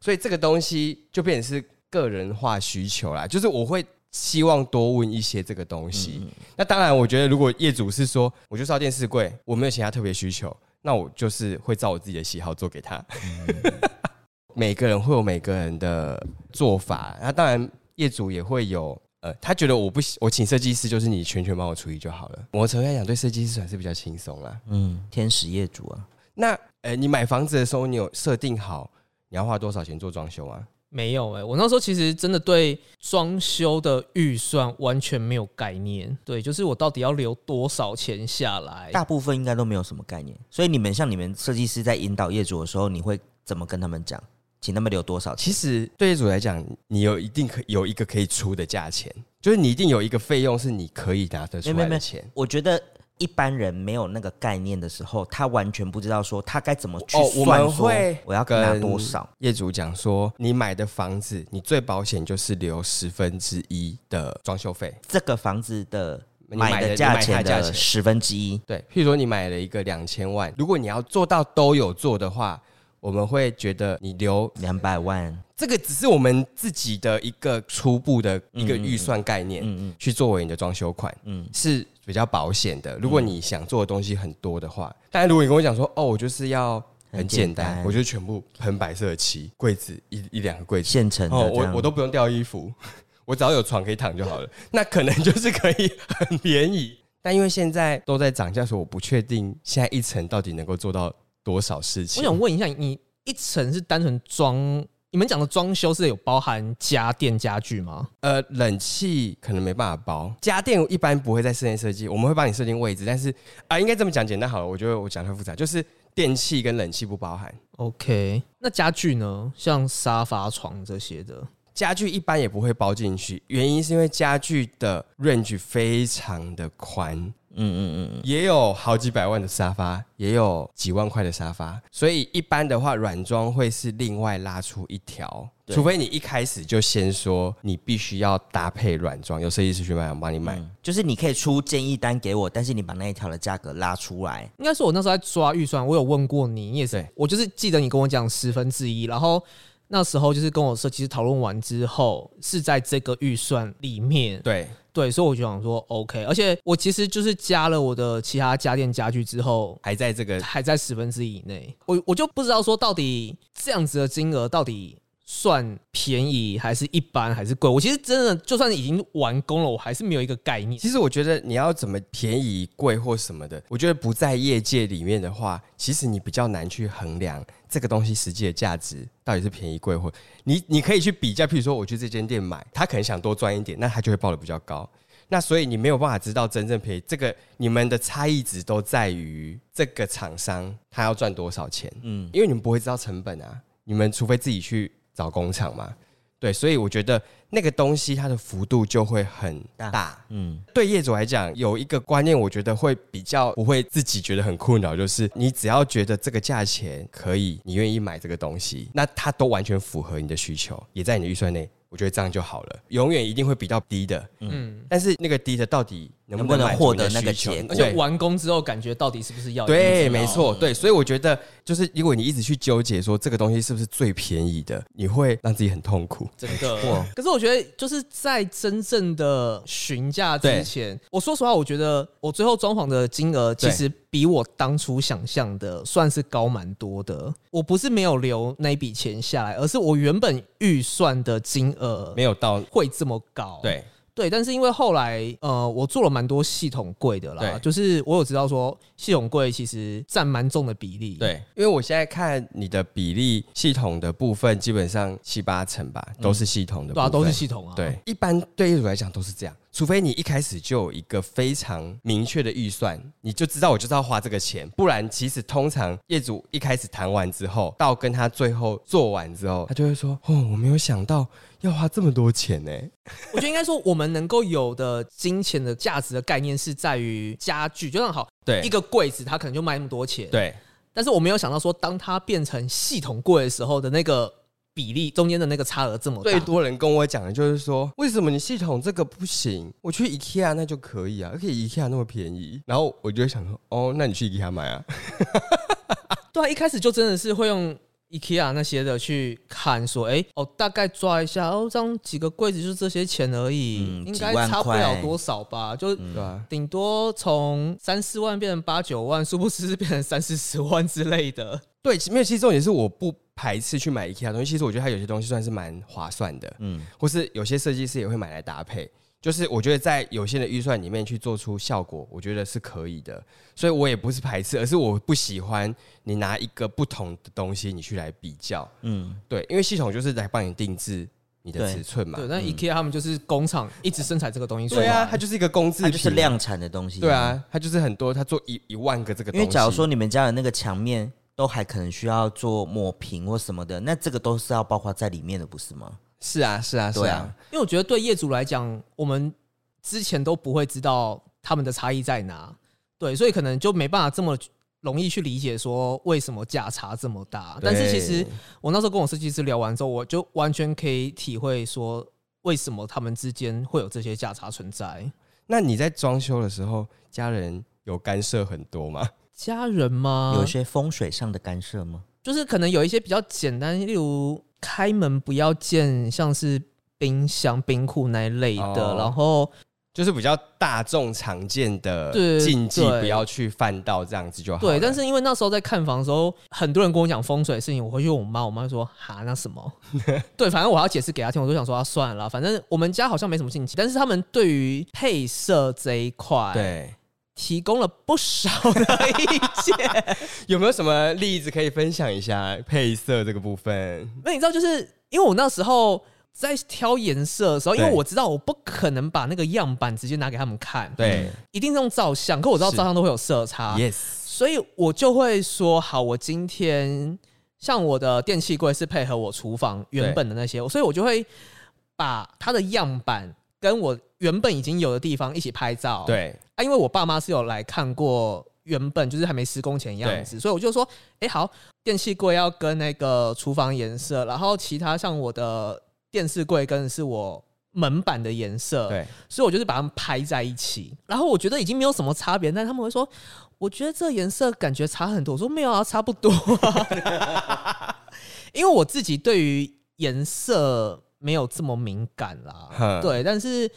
Speaker 1: 所以这个东西就变成是个人化需求啦。就是我会希望多问一些这个东西。
Speaker 2: 嗯
Speaker 1: 那当然，我觉得如果业主是说我就是要电视柜，我没有其他特别需求，那我就是会照我自己的喜好做给他。
Speaker 2: 嗯
Speaker 1: 每个人会有每个人的做法，那当然业主也会有。呃，他觉得我不喜，我请设计师就是你全权帮我处理就好了。某程度来讲，对设计师还是比较轻松啦。
Speaker 2: 嗯，天使业主啊，
Speaker 1: 那呃，你买房子的时候，你有设定好你要花多少钱做装修吗？
Speaker 3: 没有哎、我那时候其实真的对装修的预算完全没有概念，对，就是我到底要留多少钱下来？
Speaker 1: 哎
Speaker 2: 大部分应该都没有什么概念。所以你们像你们设计师在引导业主的时候，你会怎么跟他们讲？请他们留多少钱？
Speaker 1: 其实对业主来讲，你有一定可有一个可以出的价钱，就是你一定有一个费用是你可以拿得出
Speaker 2: 没
Speaker 1: 来
Speaker 2: 有没
Speaker 1: 的
Speaker 2: 有
Speaker 1: 钱。
Speaker 2: 我觉得一般人没有那个概念的时候，他完全不知道说他该怎么去
Speaker 1: 哦我
Speaker 2: 算
Speaker 1: 们
Speaker 2: 说
Speaker 1: 会
Speaker 2: 我要拿多少。
Speaker 1: 业主讲说，你买的房子，你最保险就是留十分之一的装修费。
Speaker 2: 这个房子的
Speaker 1: 你买的
Speaker 2: 买的
Speaker 1: 你
Speaker 2: 价
Speaker 1: 买它
Speaker 2: 钱
Speaker 1: 价
Speaker 2: 的
Speaker 1: 钱
Speaker 2: 十分之一。
Speaker 1: 对，譬如说你买了一个两千万，如果你要做到都有做的话，我们会觉得你留
Speaker 2: 两百万，
Speaker 1: 这个只是我们自己的一个初步的一个预算概念，
Speaker 2: 嗯嗯
Speaker 1: 去作为你的装修款。
Speaker 2: 嗯，
Speaker 1: 是比较保险的。如果你想做的东西很多的话，但如果你跟我讲说，哦，我就是要很简单，
Speaker 2: 很简单
Speaker 1: 我就全部喷白色的漆，柜子一一两个柜子，
Speaker 2: 现成
Speaker 1: 哦
Speaker 2: 的，这
Speaker 1: 我
Speaker 2: 样。
Speaker 1: 我都不用掉衣服， 我只要有床可以躺就好了。 那可能就是可以很便宜，但因为现在都在涨价，所以我不确定现在一层到底能够做到多少事情。
Speaker 3: 我想问一下，你一层是单纯装？你们讲的装修是有包含家电家具吗？
Speaker 1: 呃，冷气可能没办法包，家电一般不会在室内设计，我们会帮你设定位置，但是啊、应该这么讲简单好了，我觉得我讲太复杂，就是电器跟冷气不包含，
Speaker 3: OK，那家具呢？像沙发、床这些的，
Speaker 1: 家具一般也不会包进去，原因是因为家具的 range 非常的宽，
Speaker 2: 嗯嗯嗯嗯，
Speaker 1: 也有好几百万的沙发，也有几万块的沙发，所以一般的话，软装会是另外拉出一条，
Speaker 2: 对
Speaker 1: 除非你一开始就先说你必须要搭配软装，有设计师去卖，我帮你买。
Speaker 2: 嗯就是你可以出建议单给我，但是你把那一条的价格拉出来，
Speaker 3: 应该是我那时候在抓预算，我有问过你，你也是
Speaker 1: 对，
Speaker 3: 我就是记得你跟我讲十分之一，然后那时候就是跟我设计师讨论完之后，是在这个预算里面，
Speaker 1: 对，
Speaker 3: 对，所以我就想说 OK，而且我其实就是加了我的其他家电家具之后，
Speaker 1: 还在这个
Speaker 3: 还在十分之一以内，我我就不知道说到底这样子的金额到底算便宜还是一般还是贵，我其实真的就算已经完工了，我还是没有一个概念。
Speaker 1: 其实我觉得你要怎么便宜、贵或什么的，我觉得不在业界里面的话，其实你比较难去衡量这个东西实际的价值到底是便宜贵或你你可以去比较，譬如说我去这间店买，他可能想多赚一点，那他就会报的比较高。那所以你没有办法知道真正便宜，这个你们的差异值都在于这个厂商他要赚多少钱，
Speaker 2: 嗯，
Speaker 1: 因为你们不会知道成本啊，你们除非自己去找工厂嘛，对，所以我觉得那个东西它的幅度就会很
Speaker 2: 大
Speaker 1: 大
Speaker 2: 嗯，
Speaker 1: 对业主来讲，有一个观念，我觉得会比较不会自己觉得很困扰，就是你只要觉得这个价钱可以，你愿意买这个东西，那它都完全符合你的需求，也在你的预算内，我觉得这样就好了。永远一定会比到低的，
Speaker 3: 嗯，
Speaker 1: 但是那个低的到底能
Speaker 2: 能不能
Speaker 1: 满足你的
Speaker 2: 获得那个
Speaker 1: 需求
Speaker 2: 结果
Speaker 3: 而
Speaker 1: 对
Speaker 3: 且完工之后感觉到底是不是要
Speaker 1: 对，
Speaker 3: 一定要
Speaker 1: 没错，对，所以我觉得就是如果你一直去纠结说这个东西是不是最便宜的，你会让自己很痛苦。
Speaker 3: 真
Speaker 1: 哎
Speaker 3: 的。可是我觉得，就是在真正的询价之前，我说实话，我觉得我最后装潢的金额其实比我当初想象的算是高蛮多的。我不是没有留那一笔钱下来，而是我原本预算的金额
Speaker 1: 没有到
Speaker 3: 会这么高。
Speaker 1: 对，
Speaker 3: 对，但是因为后来呃，我做了蛮多系统柜的啦，
Speaker 1: 对
Speaker 3: 就是我有知道说系统柜其实占蛮重的比例。。
Speaker 1: 对，因为我现在看你的比例系统的部分，基本上七八成吧，都是系统的部
Speaker 3: 对
Speaker 1: 分、
Speaker 3: 啊，都是系统啊。
Speaker 1: 对，一般对业主来讲都是这样，除非你一开始就有一个非常明确的预算，你就知道我就是要花这个钱，不然其实通常业主一开始谈完之后，到跟他最后做完之后，他就会说：“哦，我没有想到要花这么多钱欸呢、
Speaker 3: 我觉得应该说，我们能够有的金钱的价值的概念是在于家具，就像好
Speaker 1: 对
Speaker 3: 一个柜子，它可能就卖那么多钱，。
Speaker 1: 对
Speaker 3: 但是我没有想到说，当它变成系统柜的时候的那个比例，中间的那个差额这么大。
Speaker 1: 最多人跟我讲的就是说，为什么你系统这个不行？我去 IKEA 那就可以啊，而且 IKEA 那么便宜。然后我就会想说，哦，那你去 IKEA 买啊。
Speaker 3: 对啊，一开始就真的是会用 IKEA 那些的去看，说，哎、哦，大概抓一下，哦，这样几个柜子就这些钱而已，
Speaker 2: 嗯
Speaker 3: 应
Speaker 2: 几
Speaker 3: 该
Speaker 2: 万
Speaker 3: 差不
Speaker 2: 块
Speaker 3: 了多少吧，就
Speaker 2: 嗯
Speaker 1: 对啊，
Speaker 3: 顶多从三四万变成八九万，殊不知是变成三四十万之类的。
Speaker 1: 对，其没有，其实重点是我不排斥去买 IKEA 的东西，其实我觉得它有些东西算是蛮划算的，
Speaker 2: 嗯
Speaker 1: 或是有些设计师也会买来搭配。就是我觉得在有限的预算里面去做出效果，我觉得是可以的。所以我也不是排斥，而是我不喜欢你拿一个不同的东西你去来比较，
Speaker 2: 嗯，
Speaker 1: 对，因为系统就是来帮你定制你的
Speaker 2: 对
Speaker 1: 尺寸嘛
Speaker 3: 对，。但 IKEA 他们就是工厂一直生产这个东西出来，
Speaker 1: 嗯对啊，它就是一个工字
Speaker 2: 它
Speaker 1: 体，
Speaker 2: 就是量产的东西。
Speaker 1: 啊对，啊，它就是很多，它做一一万个这个东西。
Speaker 2: 因
Speaker 3: 哦
Speaker 2: 为假如说你们家的那个墙面都还可能需要做抹平或什么的，那这个都是要包括在里面的，不是吗？
Speaker 1: 是啊，是啊，是
Speaker 2: 对
Speaker 1: 啊
Speaker 2: 啊，
Speaker 3: 因为我觉得对业主来讲，我们之前都不会知道他们的差异在哪，对，所以可能就没办法这么容易去理解说为什么价差这么大。但是其实
Speaker 1: 对
Speaker 3: 我那时候跟我设计师聊完之后，我就完全可以体会说为什么他们之间会有这些价差存在。
Speaker 1: 那你在装修的时候，家人有干涉很多吗？
Speaker 3: 家人吗？
Speaker 1: 啊
Speaker 2: 有一些风水上的干涉吗？
Speaker 3: 就是可能有一些比较简单，例如开门不要见像是冰箱、冰库那一类的，
Speaker 1: 哦
Speaker 3: 然后
Speaker 1: 就是比较大众常见的
Speaker 3: 对
Speaker 1: 禁忌，
Speaker 3: 对
Speaker 1: 不要去犯到这样子就好了。
Speaker 3: 对，但是因为那时候在看房的时候，很多人跟我讲风水的事情，我回去问我妈，我妈就说哈那什么， 对，反正我要解释给她听，我就想说啊算了啦，反正我们家好像没什么禁忌，但是他们对于配色这一块，，
Speaker 1: 对，
Speaker 3: 提供了不少的意 见。
Speaker 1: 有没有什么例子可以分享一下配色这个部分？
Speaker 3: 那你知道，就是因为我那时候在挑颜色的时候，因为
Speaker 1: 对
Speaker 3: 我知道我不可能把那个样板直接拿给他们看，，
Speaker 1: 对、
Speaker 3: 一定是用照相，可我知道
Speaker 1: 是
Speaker 3: 照相都会有色差
Speaker 1: y e s
Speaker 3: 所以我就会说，好，我今天像我的电器柜是配合我厨房原本的那些，所以我就会把它的样板跟我原本已经有的地方一起拍照。
Speaker 1: 对，
Speaker 3: 啊，因为我爸妈是有来看过原本就是还没施工前的样子，所以我就说，哎、好，电器柜要跟那个厨房颜色，然后其他像我的电视柜跟是我门板的颜色，
Speaker 1: 对，
Speaker 3: 所以我就是把它们拍在一起。然后我觉得已经没有什么差别，但他们会说，我觉得这颜色感觉差很多。我说没有啊，差不多、啊， 因为我自己对于颜色没有这么敏感啦
Speaker 1: 哼。
Speaker 3: 对，但是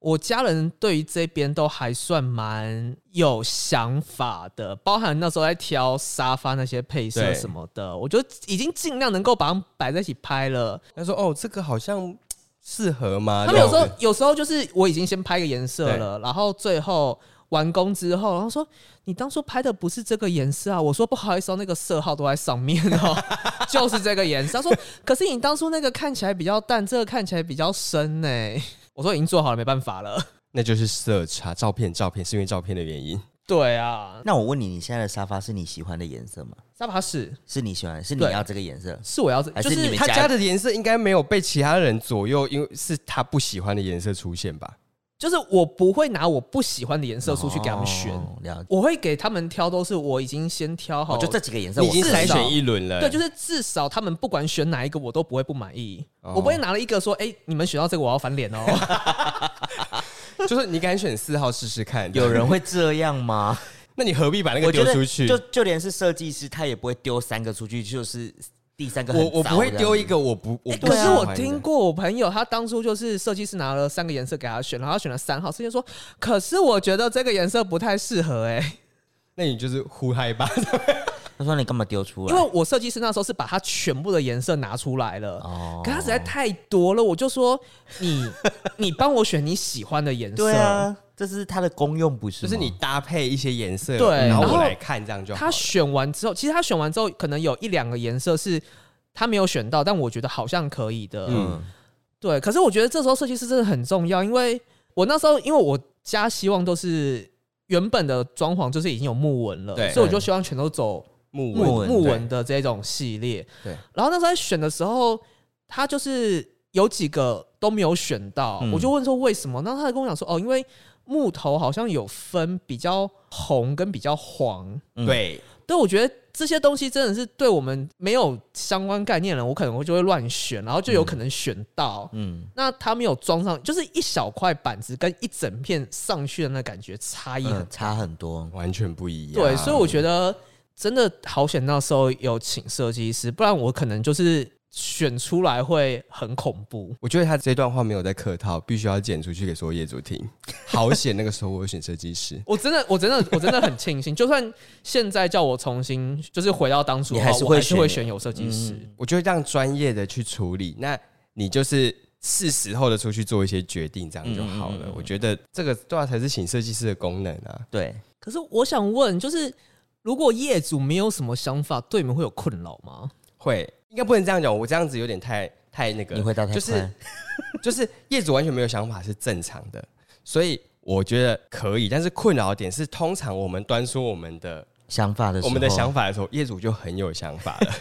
Speaker 3: 我家人对于这边都还算蛮有想法的，包含那时候在挑沙发那些配色
Speaker 1: 对
Speaker 3: 什么的，我觉得已经尽量能够把它们摆在一起拍了。
Speaker 1: 他说哦，这个好像适合
Speaker 2: 啊
Speaker 1: 吗？
Speaker 3: 他们有时候
Speaker 1: 这样子
Speaker 3: 有时候就是我已经先拍个颜色了，然后最后完工之后，然后说你当初拍的不是这个颜色啊，我说不好意思、哦，那个色号都在上面 哦，就是这个颜色。他说可是你当初那个看起来比较淡，这个看起来比较深呢、我说已经做好了，没办法 了。
Speaker 1: 那就是色差，照片照片是因为照片的原因。
Speaker 3: 对啊，
Speaker 2: 那我问你，你现在的沙发是你喜欢的颜色吗？
Speaker 3: 沙发是
Speaker 2: 是你喜欢的，是你
Speaker 3: 对
Speaker 2: 要这个颜色？
Speaker 3: 是我要
Speaker 2: 还
Speaker 3: 就是是
Speaker 2: 你们
Speaker 1: 他
Speaker 2: 家
Speaker 1: 家的颜色应该没有被其他人左右，因为是他不喜欢的颜色出现吧？
Speaker 3: 就是我不会拿我不喜欢的颜色出去给他们选，
Speaker 2: 哦了解。
Speaker 3: 我会给他们挑都是我已经先挑好，
Speaker 2: 哦，就这几个颜色
Speaker 1: 你
Speaker 2: 我
Speaker 1: 已经
Speaker 2: 可以
Speaker 1: 筛
Speaker 3: 至少
Speaker 1: 选一轮了，
Speaker 2: 哎
Speaker 3: 对，就是至少他们不管选哪一个，我都不会不满意。
Speaker 1: 哦
Speaker 3: 我不会拿了一个说，哎、你们选到这个，我要翻脸
Speaker 2: 啊
Speaker 3: 哦。
Speaker 1: 就是你敢选四号试试看，
Speaker 2: 有人会这样吗？
Speaker 1: 那你何必 把那个
Speaker 2: 我觉
Speaker 1: 丢
Speaker 2: 得
Speaker 1: 出去？
Speaker 2: 就就连是设计师，他也不会丢三个出去，就是第三个很
Speaker 1: 我我
Speaker 2: 糟
Speaker 1: 不会
Speaker 2: 这样
Speaker 1: 丢一
Speaker 2: 子。
Speaker 1: 个我不我
Speaker 3: 哎
Speaker 1: 不、
Speaker 3: 可是我听，过我朋友，他当初就是设计师拿了三个颜色给他选，然后他选了三号，设计师说，可是我觉得这个颜色不太适合、 哎，
Speaker 1: 那你就是呼嗨吧。
Speaker 2: 他说你干嘛丢出来？
Speaker 3: 因为我设计师那时候是把他全部的颜色拿出来了。
Speaker 2: 哦
Speaker 3: 可他实在太多了，我就说你，你帮我选你喜欢的颜色。
Speaker 2: 对啊，这是它的功用，不是
Speaker 1: 就
Speaker 2: 吗？
Speaker 1: 是你搭配一些颜色，
Speaker 3: 对
Speaker 1: 然后
Speaker 3: 然
Speaker 1: 我
Speaker 3: 后
Speaker 1: 来看这样就好
Speaker 3: 他
Speaker 1: 了。
Speaker 3: 选完之后，其实他选完之后，可能有一两个颜色是他没有选到，但我觉得好像可以的。
Speaker 1: 嗯，
Speaker 3: 对，可是我觉得这时候设计师真的很重要，因为我那时候因为我家希望都是原本的装潢就是已经有木纹了，
Speaker 1: 对
Speaker 3: 所以我就希望全都走
Speaker 1: 木
Speaker 2: 木
Speaker 1: 纹
Speaker 2: 纹
Speaker 3: 木
Speaker 1: 对
Speaker 3: 纹的这种系列。
Speaker 1: 对，
Speaker 3: 然后那时候在选的时候，他就是有几个都没有选到，
Speaker 2: 嗯
Speaker 3: 我就问说为什么？那他就跟我讲说，哦，因为木头好像有分比较红跟比较黄，
Speaker 2: 嗯
Speaker 1: 对，
Speaker 3: 对，我觉得这些东西真的是对我们没有相关概念的人，我可能会就会乱选，然后就有可能选到。
Speaker 2: 嗯，
Speaker 3: 那它没有装上，就是一小块板子跟一整片上去的那感觉差异很
Speaker 2: 嗯差很多。
Speaker 1: 完全不一样。
Speaker 3: 对，所以我觉得真的好险那时候有请设计师，不然我可能就是选出来会很恐怖。
Speaker 1: 我觉得他这段话没有在客套，必须要剪出去给所有业主听。好险，那个时候我有选设计师。
Speaker 3: 我真的，我真的，我真的很庆幸，就算现在叫我重新就是回到当初的
Speaker 2: 你
Speaker 3: 话，
Speaker 2: 还是
Speaker 3: 我
Speaker 2: 会嗯
Speaker 3: 还是会
Speaker 2: 选
Speaker 3: 选有设计师。
Speaker 1: 我觉得让专业的去处理，那你就是是时候的出去做一些决定，这样就好了。
Speaker 2: 嗯嗯嗯嗯
Speaker 1: 我觉得这个对啊，才是请设计师的功能啊。
Speaker 2: 对，
Speaker 3: 可是我想问，就是如果业主没有什么想法，对你们会有困扰吗？
Speaker 1: 会，应该不能这样讲，我这样子有点太太那个
Speaker 2: 你。回答太
Speaker 1: 就
Speaker 2: 快，
Speaker 1: 是 就是业主完全没有想法是正常的，所以我觉得可以。但是困扰的点是，通常我们端说我们的
Speaker 2: 想法的时候，
Speaker 1: 我们的想法的时候，业主就很有想法了。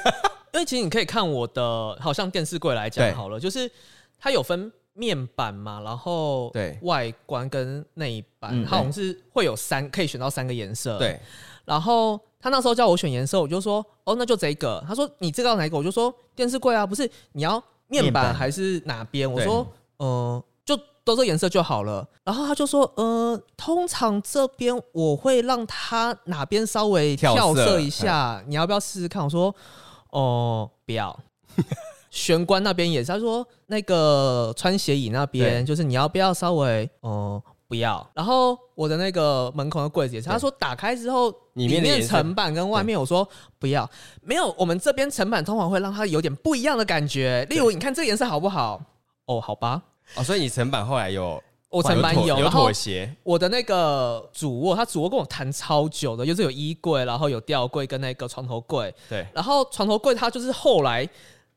Speaker 3: 因为其实你可以看我的，好像电视柜来
Speaker 1: 对
Speaker 3: 讲好了，就是它有分面板嘛，然后
Speaker 1: 对
Speaker 3: 外观跟内板，
Speaker 2: 嗯
Speaker 3: 它好像是会有三，可以选到三个颜色。，
Speaker 1: 对，
Speaker 3: 然后他那时候叫我选颜色，我就说哦，那就这一个。他说你这个要哪一个？我就说电视柜啊，不是你要面
Speaker 2: 面
Speaker 3: 板
Speaker 2: 板
Speaker 3: 还是哪边？我
Speaker 1: 对
Speaker 3: 说呃，就都这颜色就好了。然后他就说呃，通常这边我会让他哪边稍微
Speaker 1: 跳
Speaker 3: 跳
Speaker 1: 色哎
Speaker 3: 色一下，你要不要试试看？我说哦、不要。玄关那边也是，他说那个穿鞋椅那边，就是你要不要稍微哦、不要。然后我的那个门口的柜子也是，他说打开之后
Speaker 1: 里
Speaker 3: 里
Speaker 1: 面的颜色
Speaker 3: 层板跟外面，我说不要，没有。我们这边层板通常会让它有点不一样的感觉，例如你看这个颜色好不好？哦，好吧，
Speaker 1: 哦，所以你成版后来有
Speaker 3: 我层板
Speaker 1: 妥
Speaker 3: 有，
Speaker 1: 有
Speaker 3: 然后
Speaker 1: 妥协，
Speaker 3: 我的那个主卧，他主卧跟我谈超久的，就是有衣柜，然后有吊柜跟那个床头柜，
Speaker 1: 对
Speaker 3: 然后床头柜它就是后来，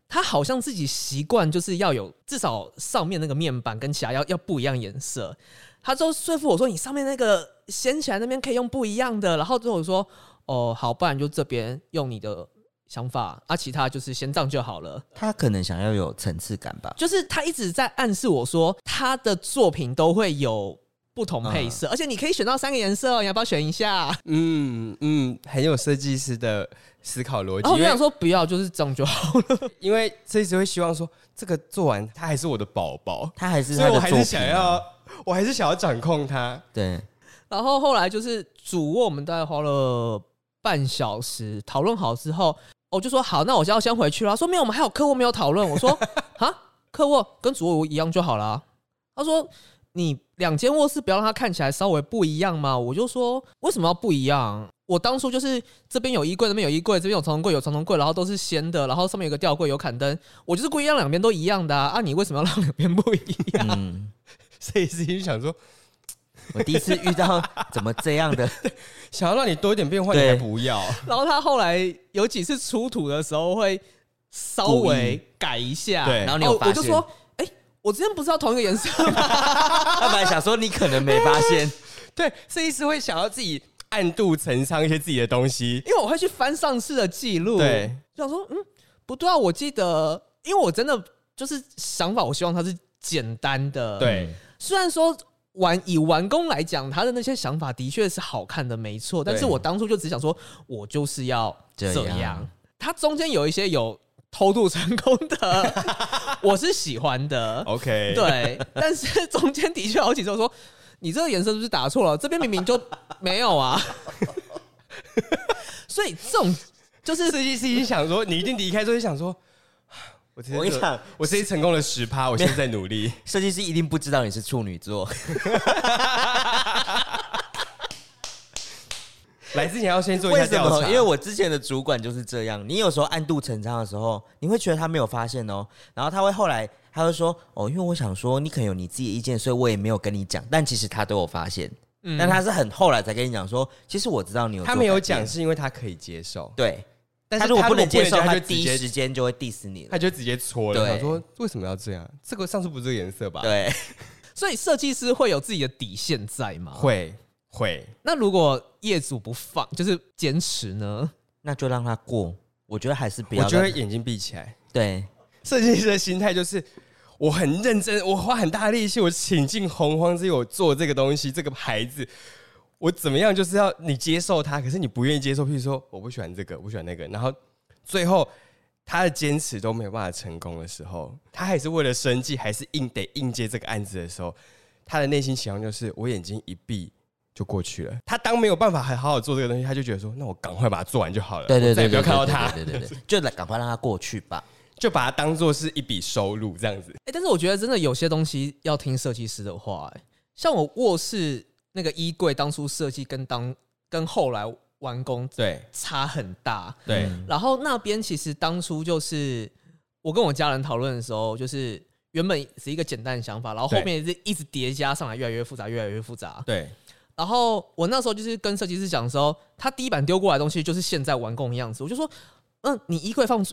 Speaker 3: 它好像自己习惯就是要有至少上面那个面板跟其他要要不一样颜色。他就说服我说你上面那个掀起来那边可以用不一样的，然后之后我说哦好，不然就这边用你的想法，啊其他就是先这样就好了。
Speaker 2: 他可能想要有层次感吧。
Speaker 3: 就是他一直在暗示我说他的作品都会有。不同配色，而且你可以选到三个颜色哦，你要不要选一下？
Speaker 1: 嗯嗯，很有设计师的思考逻
Speaker 3: 哦然后我
Speaker 1: 辑，
Speaker 3: 就
Speaker 1: 因
Speaker 3: 想
Speaker 1: 为
Speaker 3: 说不要，就是这样就好了。
Speaker 1: 因为设计师会希望说，这个做完它还是我的宝宝，
Speaker 2: 他还是
Speaker 1: 所
Speaker 2: 他
Speaker 1: 以我
Speaker 2: 的
Speaker 1: 还
Speaker 2: 作
Speaker 1: 是
Speaker 2: 品
Speaker 1: 想
Speaker 2: 啊，
Speaker 1: 要，我还是想要掌控它。
Speaker 2: 对，
Speaker 3: 然后后来就是主卧，我们大概花了半小时讨论好之后，我就说好，那我就要先回去了。他说没有，我们还有客卧没有讨论。我说啊，客卧跟主卧一样就好了。啊他说你两间卧室不要让它看起来稍微不一样吗？我就说为什么要不一样？我当初就是这边有衣柜，那边有衣柜，这边有床头柜，有床头柜，然后都是掀的，然后上面有个吊柜，有砍灯，我就是故意让两边都一样的啊！啊你为什么要让两边不一样？
Speaker 2: 嗯，
Speaker 1: 设计师就想说，
Speaker 2: 我第一次遇到怎么这样 的，
Speaker 1: 想要让你多一点变化，你
Speaker 2: 对
Speaker 1: 还不要。
Speaker 3: 然后他后来有几次出土的时候会稍微改一下，
Speaker 1: 故意对
Speaker 3: 然
Speaker 2: 然后
Speaker 3: 后
Speaker 2: 你有
Speaker 3: 我
Speaker 2: 发
Speaker 3: 就
Speaker 2: 现？
Speaker 3: 说，哎、我之前不是要同一个颜色 吗？
Speaker 2: 他本来想说你可能没发现，
Speaker 1: 对，设计师会想要自己暗度陈仓一些自己的东西。
Speaker 3: 因为我会去翻上次的记录，
Speaker 1: 对，
Speaker 3: 就想说，嗯，不对啊，我记得，因为我真的就是想法，我希望它是简单的，
Speaker 1: 对，
Speaker 3: 虽然说完以完工来讲，他的那些想法的确是好看的，没错。但是我当初就只想说，我就是要这
Speaker 2: 这
Speaker 3: 样
Speaker 1: 啊
Speaker 2: 样。
Speaker 3: 它中间有一些有偷渡成功的， 我是喜 欢的，
Speaker 1: OK，，
Speaker 3: 对。但是中间的确好几次我说，你这个颜色是不是打错了？这边明明就没有啊。 所以这种就是
Speaker 1: 设计师已经想说，你一定离开之后就想说，啊我直接
Speaker 2: 我跟你讲
Speaker 1: 我直接成功了十趴，我现在在努 力。
Speaker 2: 设计师一定不知道你是处女座，
Speaker 1: 来之前要先 做一
Speaker 2: 为
Speaker 1: 下
Speaker 2: 什
Speaker 1: 调
Speaker 2: 么？
Speaker 1: 查，
Speaker 2: 因为我之前的主管就是这样，你有时候暗度陈仓的时候，你会觉得他没有发现哦，然后他会后来他会说哦，因为我想说你可能有你自己的意见，所以我也没有跟你讲，但其实他都有发现，但他是很后来才跟你讲说，其实我知道你有
Speaker 1: 嗯
Speaker 2: 做
Speaker 1: 他没有
Speaker 2: 改变
Speaker 1: 讲，是因为他可以接受，
Speaker 2: 对，
Speaker 1: 但
Speaker 2: 他
Speaker 1: 是
Speaker 2: 如果
Speaker 1: 他
Speaker 2: 不能接受，
Speaker 1: 他
Speaker 2: 他
Speaker 1: 就
Speaker 2: 第
Speaker 1: 直
Speaker 2: 一时
Speaker 1: 接
Speaker 2: 间就会 diss 你
Speaker 1: 他
Speaker 2: 了。
Speaker 1: 就直接戳了，
Speaker 2: 对
Speaker 1: 他说为什么要这样？这个上次不是这个颜色吧？，
Speaker 2: 对，
Speaker 3: 所以设计师会有自己的底线在嘛？。
Speaker 1: 会会，
Speaker 3: 那如果业主不放，就是坚持呢？
Speaker 2: 那就让他过。我觉得还是不
Speaker 1: 我
Speaker 2: 要
Speaker 1: 就会
Speaker 2: 让
Speaker 1: 眼睛闭起来。
Speaker 2: 对，
Speaker 1: 设计师的心态就是。我很认真，我花很大力气，我倾尽洪荒之力，我做这个东西，这个牌子，我怎么样就是要你接受它，可是你不愿意接受，譬如说我不喜欢这个，我不喜欢那个，然后最后他的坚持都没有办法成功的时候，他还是为了生计，还是硬得应接这个案子的时候，他的内心想象就是我眼睛一闭就过去了。他当没有办法好好做这个东西，他就觉得说，那我赶快把它做完就好了，
Speaker 2: 对对
Speaker 1: 我再也
Speaker 2: 对，
Speaker 1: 不要看到
Speaker 2: 对
Speaker 1: 他，
Speaker 2: 对对对对，就来赶快让他过去吧。
Speaker 1: 就把它当做是一笔收入这样子。
Speaker 3: 哎、但是我觉得真的有些东西要听设计师的话、欸，像我卧室那个衣柜当初设计跟当跟后来完工
Speaker 1: 对
Speaker 3: 差很大，
Speaker 1: 对。
Speaker 2: 嗯
Speaker 3: 然后那边其实当初就是我跟我家人讨论的时候，就是原本是一个简单的想法，然后后
Speaker 1: 对
Speaker 3: 面是一直叠加上来，越来越复杂，越来越复杂。
Speaker 1: 对，
Speaker 3: 然后我那时候就是跟设计师讲的时候，他第一版丢过来的东西就是现在完工的样子，我就说，嗯，你衣柜放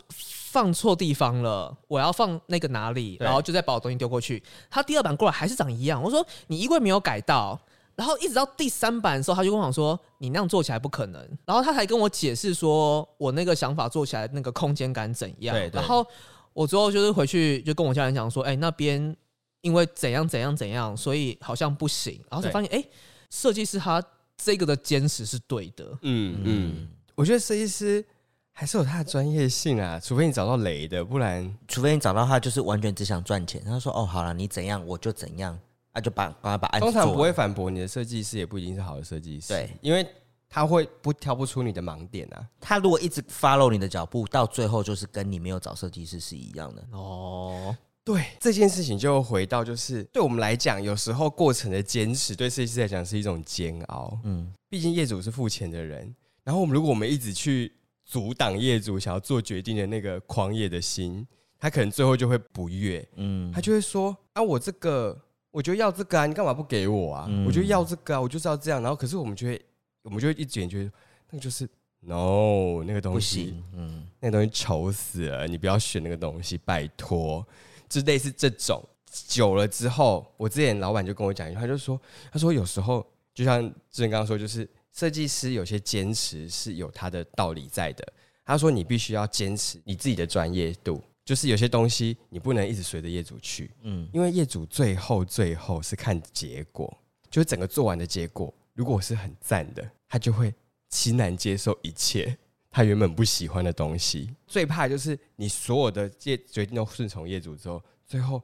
Speaker 3: 放错地方了，我要放那个哪里，
Speaker 1: 对
Speaker 3: 然后就再把我东西丢过去。他第二版过来还是长一样，我说你衣柜没有改到。然后一直到第三版的时候，他就跟我讲说：“你那样做起来不可能。”然后他才跟我解释说我那个想法做起来那个空间感怎样。
Speaker 1: 对对
Speaker 3: 然后我之后就是回去就跟我家人讲说：“哎，那边因为怎样怎样怎样，所以好像不行。然后才
Speaker 1: 对
Speaker 3: 发现，哎、设计师他这个的坚持是对的。
Speaker 1: 嗯嗯，我觉得设计师还是有他的专业性啊，除非你找到雷的，不然
Speaker 2: 除非你找到他就是完全只想赚钱，他说哦好了，你怎样我就怎样，那、就把把他把案子
Speaker 1: 通常
Speaker 2: 做
Speaker 1: 不会
Speaker 2: 完
Speaker 1: 反驳你的设计师，也不一定是好的设计师，
Speaker 2: 对，
Speaker 1: 因为他会不挑不出你的盲点啊。
Speaker 2: 他如果一直 follow 你的脚步，到最后就是跟你没有找设计师是一样的。
Speaker 3: 哦，
Speaker 1: 对这件事情，就回到就是对我们来讲，有时候过程的坚持对设计师来讲是一种煎熬。
Speaker 2: 嗯，
Speaker 1: 毕竟业主是付钱的人，然后我们如果我们一直去阻挡业主想要做决定的那个狂野的心，他可能最后就会不悦，
Speaker 2: 嗯
Speaker 1: 他就会说啊，我这个我就要这个啊，你干嘛不给我啊？
Speaker 2: 嗯
Speaker 1: 我就要这个啊，我就是要这样。然后可是我们就会，我们就会一直觉得那个就是 no 那个
Speaker 2: 不
Speaker 1: 东西
Speaker 2: 行，嗯，
Speaker 1: 那东西丑死了，你不要选那个东西，拜托。就类似这种，久了之后，我之前老板就跟我讲一句话，他就说，他说有时候就像之前刚刚说，就是设计师有些坚持是有他的道理在的。他说你必须要坚持你自己的专业度，就是有些东西你不能一直随着业主去，嗯
Speaker 2: 嗯，
Speaker 1: 因为业主最后最后是看结果，就是整个做完的结果，如果是很赞的，他就会极难接受一切。他原本不喜欢的东西。最怕就是你所有的业决定都顺从业主之后，最后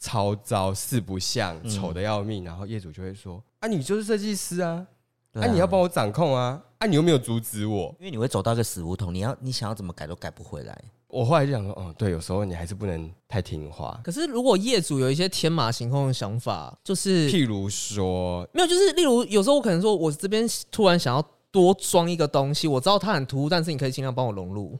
Speaker 1: 超糟、四不像、丑的要命，然后业主就会说：“啊，你就是设计师啊，
Speaker 2: 对
Speaker 1: 啊，你要帮我掌控啊，啊，你又没有阻止我。
Speaker 2: 因为你会走到一个死胡同，你要你想要怎么改都改不回来。”
Speaker 1: 我后来就想说：“哦，对，有时候你还是不能太听话。
Speaker 3: 可是如果业主有一些天马行空的想法，就是
Speaker 1: 譬如说，
Speaker 3: 没有，就是例如有时候我可能说我这边突然想要多装一个东西，我知道它很突兀，但是你可以尽量帮我融入。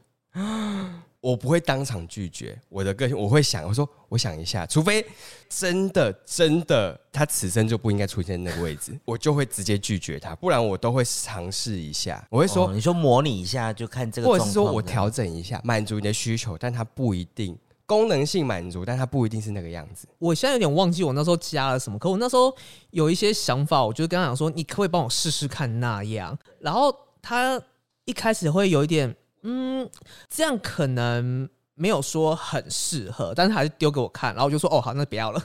Speaker 1: 我不会当场拒绝，我的个性我会想，我说我想一下，除非真的真的他此生就不应该出现在那个位 置，我就会直接拒绝他，不然我都会尝试一下，我会说，
Speaker 2: 哦你说模拟一下，就看这个
Speaker 1: 或
Speaker 2: 状
Speaker 1: 者
Speaker 2: 况，
Speaker 1: 是说我调整一下，满足你的需求，但它不一定功能性满足，但它不一定是那个样子。
Speaker 3: 我现在有点忘记我那时候加了什么，可我那时候有一些想法，我就跟他讲说，你可不可以帮我试试看那样？然后他一开始会有一点，嗯，这样可能没有说很适合，但是还是丢给我看，然后我就说，哦，好，那不要了。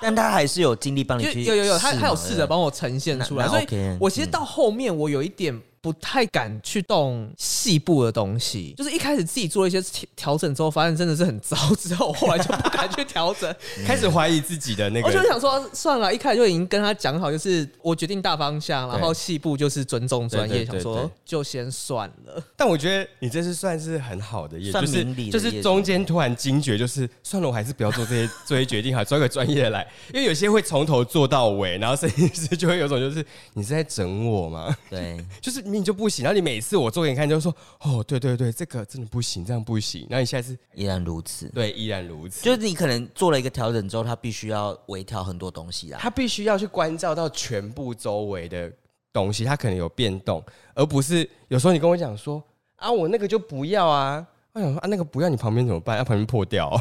Speaker 2: 这样，但他还是有精力帮你
Speaker 3: 就
Speaker 2: 去，
Speaker 3: 有有有，他他有试着
Speaker 2: 帮。
Speaker 3: 帮我呈现
Speaker 2: 那
Speaker 3: 出来，
Speaker 2: 那
Speaker 3: 所以
Speaker 2: OK，
Speaker 3: 我其实到后面我有一点不太敢去动细部的东西，就是一开始自己做了一些调调整之后，发现真的是很糟，之后我后来就不敢去调整，
Speaker 2: 嗯
Speaker 1: 开始怀疑自己的那
Speaker 3: 我就
Speaker 1: 个，
Speaker 3: 想说，算了，一开始就已经跟他讲好，就是我决定大方向，然后细部就是尊重专
Speaker 1: 对
Speaker 3: 业，
Speaker 1: 对
Speaker 3: 想
Speaker 1: 对
Speaker 3: 说
Speaker 1: 对
Speaker 3: 就先算了。
Speaker 1: 但我觉得你这是算是很好的业，
Speaker 2: 算
Speaker 1: 就
Speaker 2: 明
Speaker 1: 是
Speaker 2: 理的
Speaker 1: 就
Speaker 2: 业
Speaker 1: 是
Speaker 2: 主
Speaker 1: 中间突然惊觉，就是算了，我还是不要做这些 这些决定，好，找一个专业的来，因为有些会从头做到尾，然后甚至就会有种就是你是在整我吗？
Speaker 2: 对，
Speaker 1: 就是明明就不行，然后你每次我做给你看，就说哦，对对对，这个真的不行，这样不行，然后你下次
Speaker 2: 依然如此。
Speaker 1: 对依然如此，
Speaker 2: 就是你可能做了一个调整之后，他必须要微调很多东西啦。
Speaker 1: 他必须要去关照到全部周围的东西，他可能有变动，而不是有时候你跟我讲说啊，我那个就不要啊，我想说啊，那个不要你旁边怎么办？啊，旁边破 掉、哦，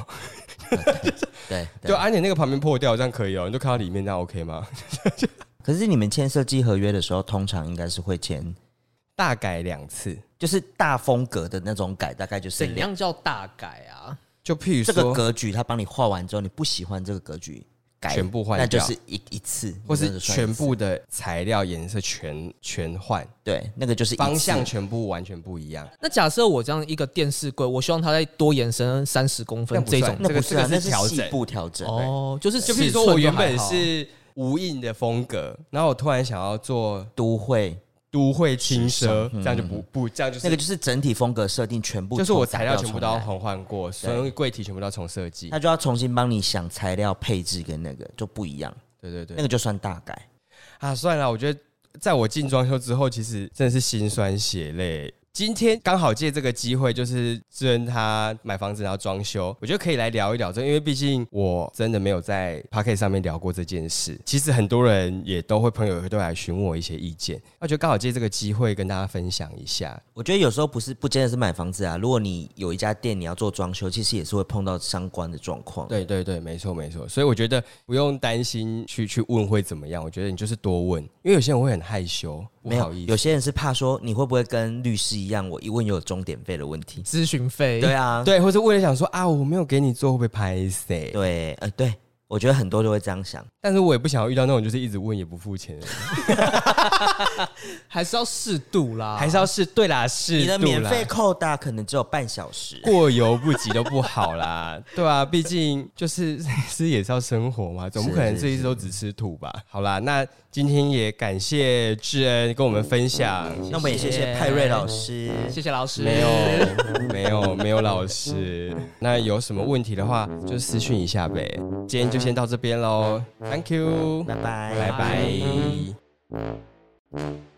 Speaker 2: 对对
Speaker 1: 就啊，你那个旁边破掉，这样可以哦，你就看到里面，那 OK 吗？
Speaker 2: 可是你们签设计合约的时候，通常应该是会签，
Speaker 1: 大改两次，
Speaker 2: 就是大风格的那种改，大概就是
Speaker 3: 怎
Speaker 2: 两
Speaker 3: 样叫大改啊？
Speaker 1: 就譬如
Speaker 2: 这
Speaker 1: 说，
Speaker 2: 个格局，他帮你画完之后，你不喜欢这个格局，改
Speaker 1: 全部换
Speaker 2: 那就
Speaker 1: 掉
Speaker 2: 是一一次，
Speaker 1: 或
Speaker 2: 那
Speaker 1: 是
Speaker 2: 就算一
Speaker 1: 全
Speaker 2: 次
Speaker 1: 部的材料颜色全全换，
Speaker 2: 对，那个就是一
Speaker 1: 方向
Speaker 2: 次
Speaker 1: 全部完全不一样。
Speaker 3: 那假设我这样一个电视柜，我希望它再多延伸三十公
Speaker 1: 那
Speaker 3: 分
Speaker 1: 不
Speaker 3: 这
Speaker 1: 算
Speaker 3: 种
Speaker 2: 那
Speaker 1: 这个
Speaker 2: 不是啊，
Speaker 1: 这个是
Speaker 2: 那是
Speaker 1: 调
Speaker 2: 细
Speaker 1: 整
Speaker 2: 部调整。
Speaker 3: 哦，就是
Speaker 1: 就譬如
Speaker 3: 尺
Speaker 1: 说
Speaker 3: 寸
Speaker 1: 我
Speaker 3: 都
Speaker 1: 原
Speaker 3: 还
Speaker 1: 本
Speaker 3: 好
Speaker 1: 是无印的风格，然后我突然想要做
Speaker 2: 都会
Speaker 1: 都会轻奢，这样就不不这样就是
Speaker 2: 那个就是整体风格设定全部，
Speaker 1: 就是我材料全部都要
Speaker 2: 红，
Speaker 1: 重换过，所有柜体全部都要重设计
Speaker 2: 他。就要重新帮你想材料配置跟那个就不一样，
Speaker 1: 对对
Speaker 2: 那
Speaker 1: 对，
Speaker 2: 个就算大改。
Speaker 1: 啊，算了，我觉得在我进装修之后，其实真的是心酸血泪。今天刚好借这个机会，就是智恩他买房子然后装修，我觉得可以来聊一聊这个，因为毕竟我真的没有在 p o c k e t 上面聊过这件事。其实很多人也都会朋友也都来询问我一些意见，我觉得刚好借这个机会跟大家分享一下。
Speaker 2: 我觉得有时候不是不真的是买房子啊，如果你有一家店你要做装修，其实也是会碰到相关的状况。
Speaker 1: 对对对，没错没错。所以我觉得不用担心去去问会怎么样，我觉得你就是多问，因为有些人会很害羞，不
Speaker 2: 没
Speaker 1: 好
Speaker 2: 有，
Speaker 1: 意思。
Speaker 2: 有些人是怕说你会不会跟律师一样，我一问就有钟点费的问题。
Speaker 3: 咨询费，
Speaker 2: 对啊，
Speaker 1: 对，或者为了想说啊，我没有给你做，会不会拍谁？
Speaker 2: 对，呃，对，我觉得很多都会这样想。
Speaker 1: 但是我也不想要遇到那种就是一直问也不付钱的人。
Speaker 3: 还是要适度啦，
Speaker 1: 还是要是对啦，是
Speaker 2: 你的免费
Speaker 1: 度啦
Speaker 2: 扣打可能只有半小时，
Speaker 1: 过犹不及都不好啦，对啊，毕竟就是 吃也是要生活嘛，总不可能
Speaker 2: 是
Speaker 1: 这一直都只吃土吧。好啦，那今天也感谢智恩跟我们分享，
Speaker 2: 那我们也谢谢派瑞老师。
Speaker 3: 谢谢老师，
Speaker 1: 没有没有没有老师，那有什么问题的话就私讯一下呗。今天就先到这边喽，Thank you，
Speaker 2: 拜拜
Speaker 1: 拜拜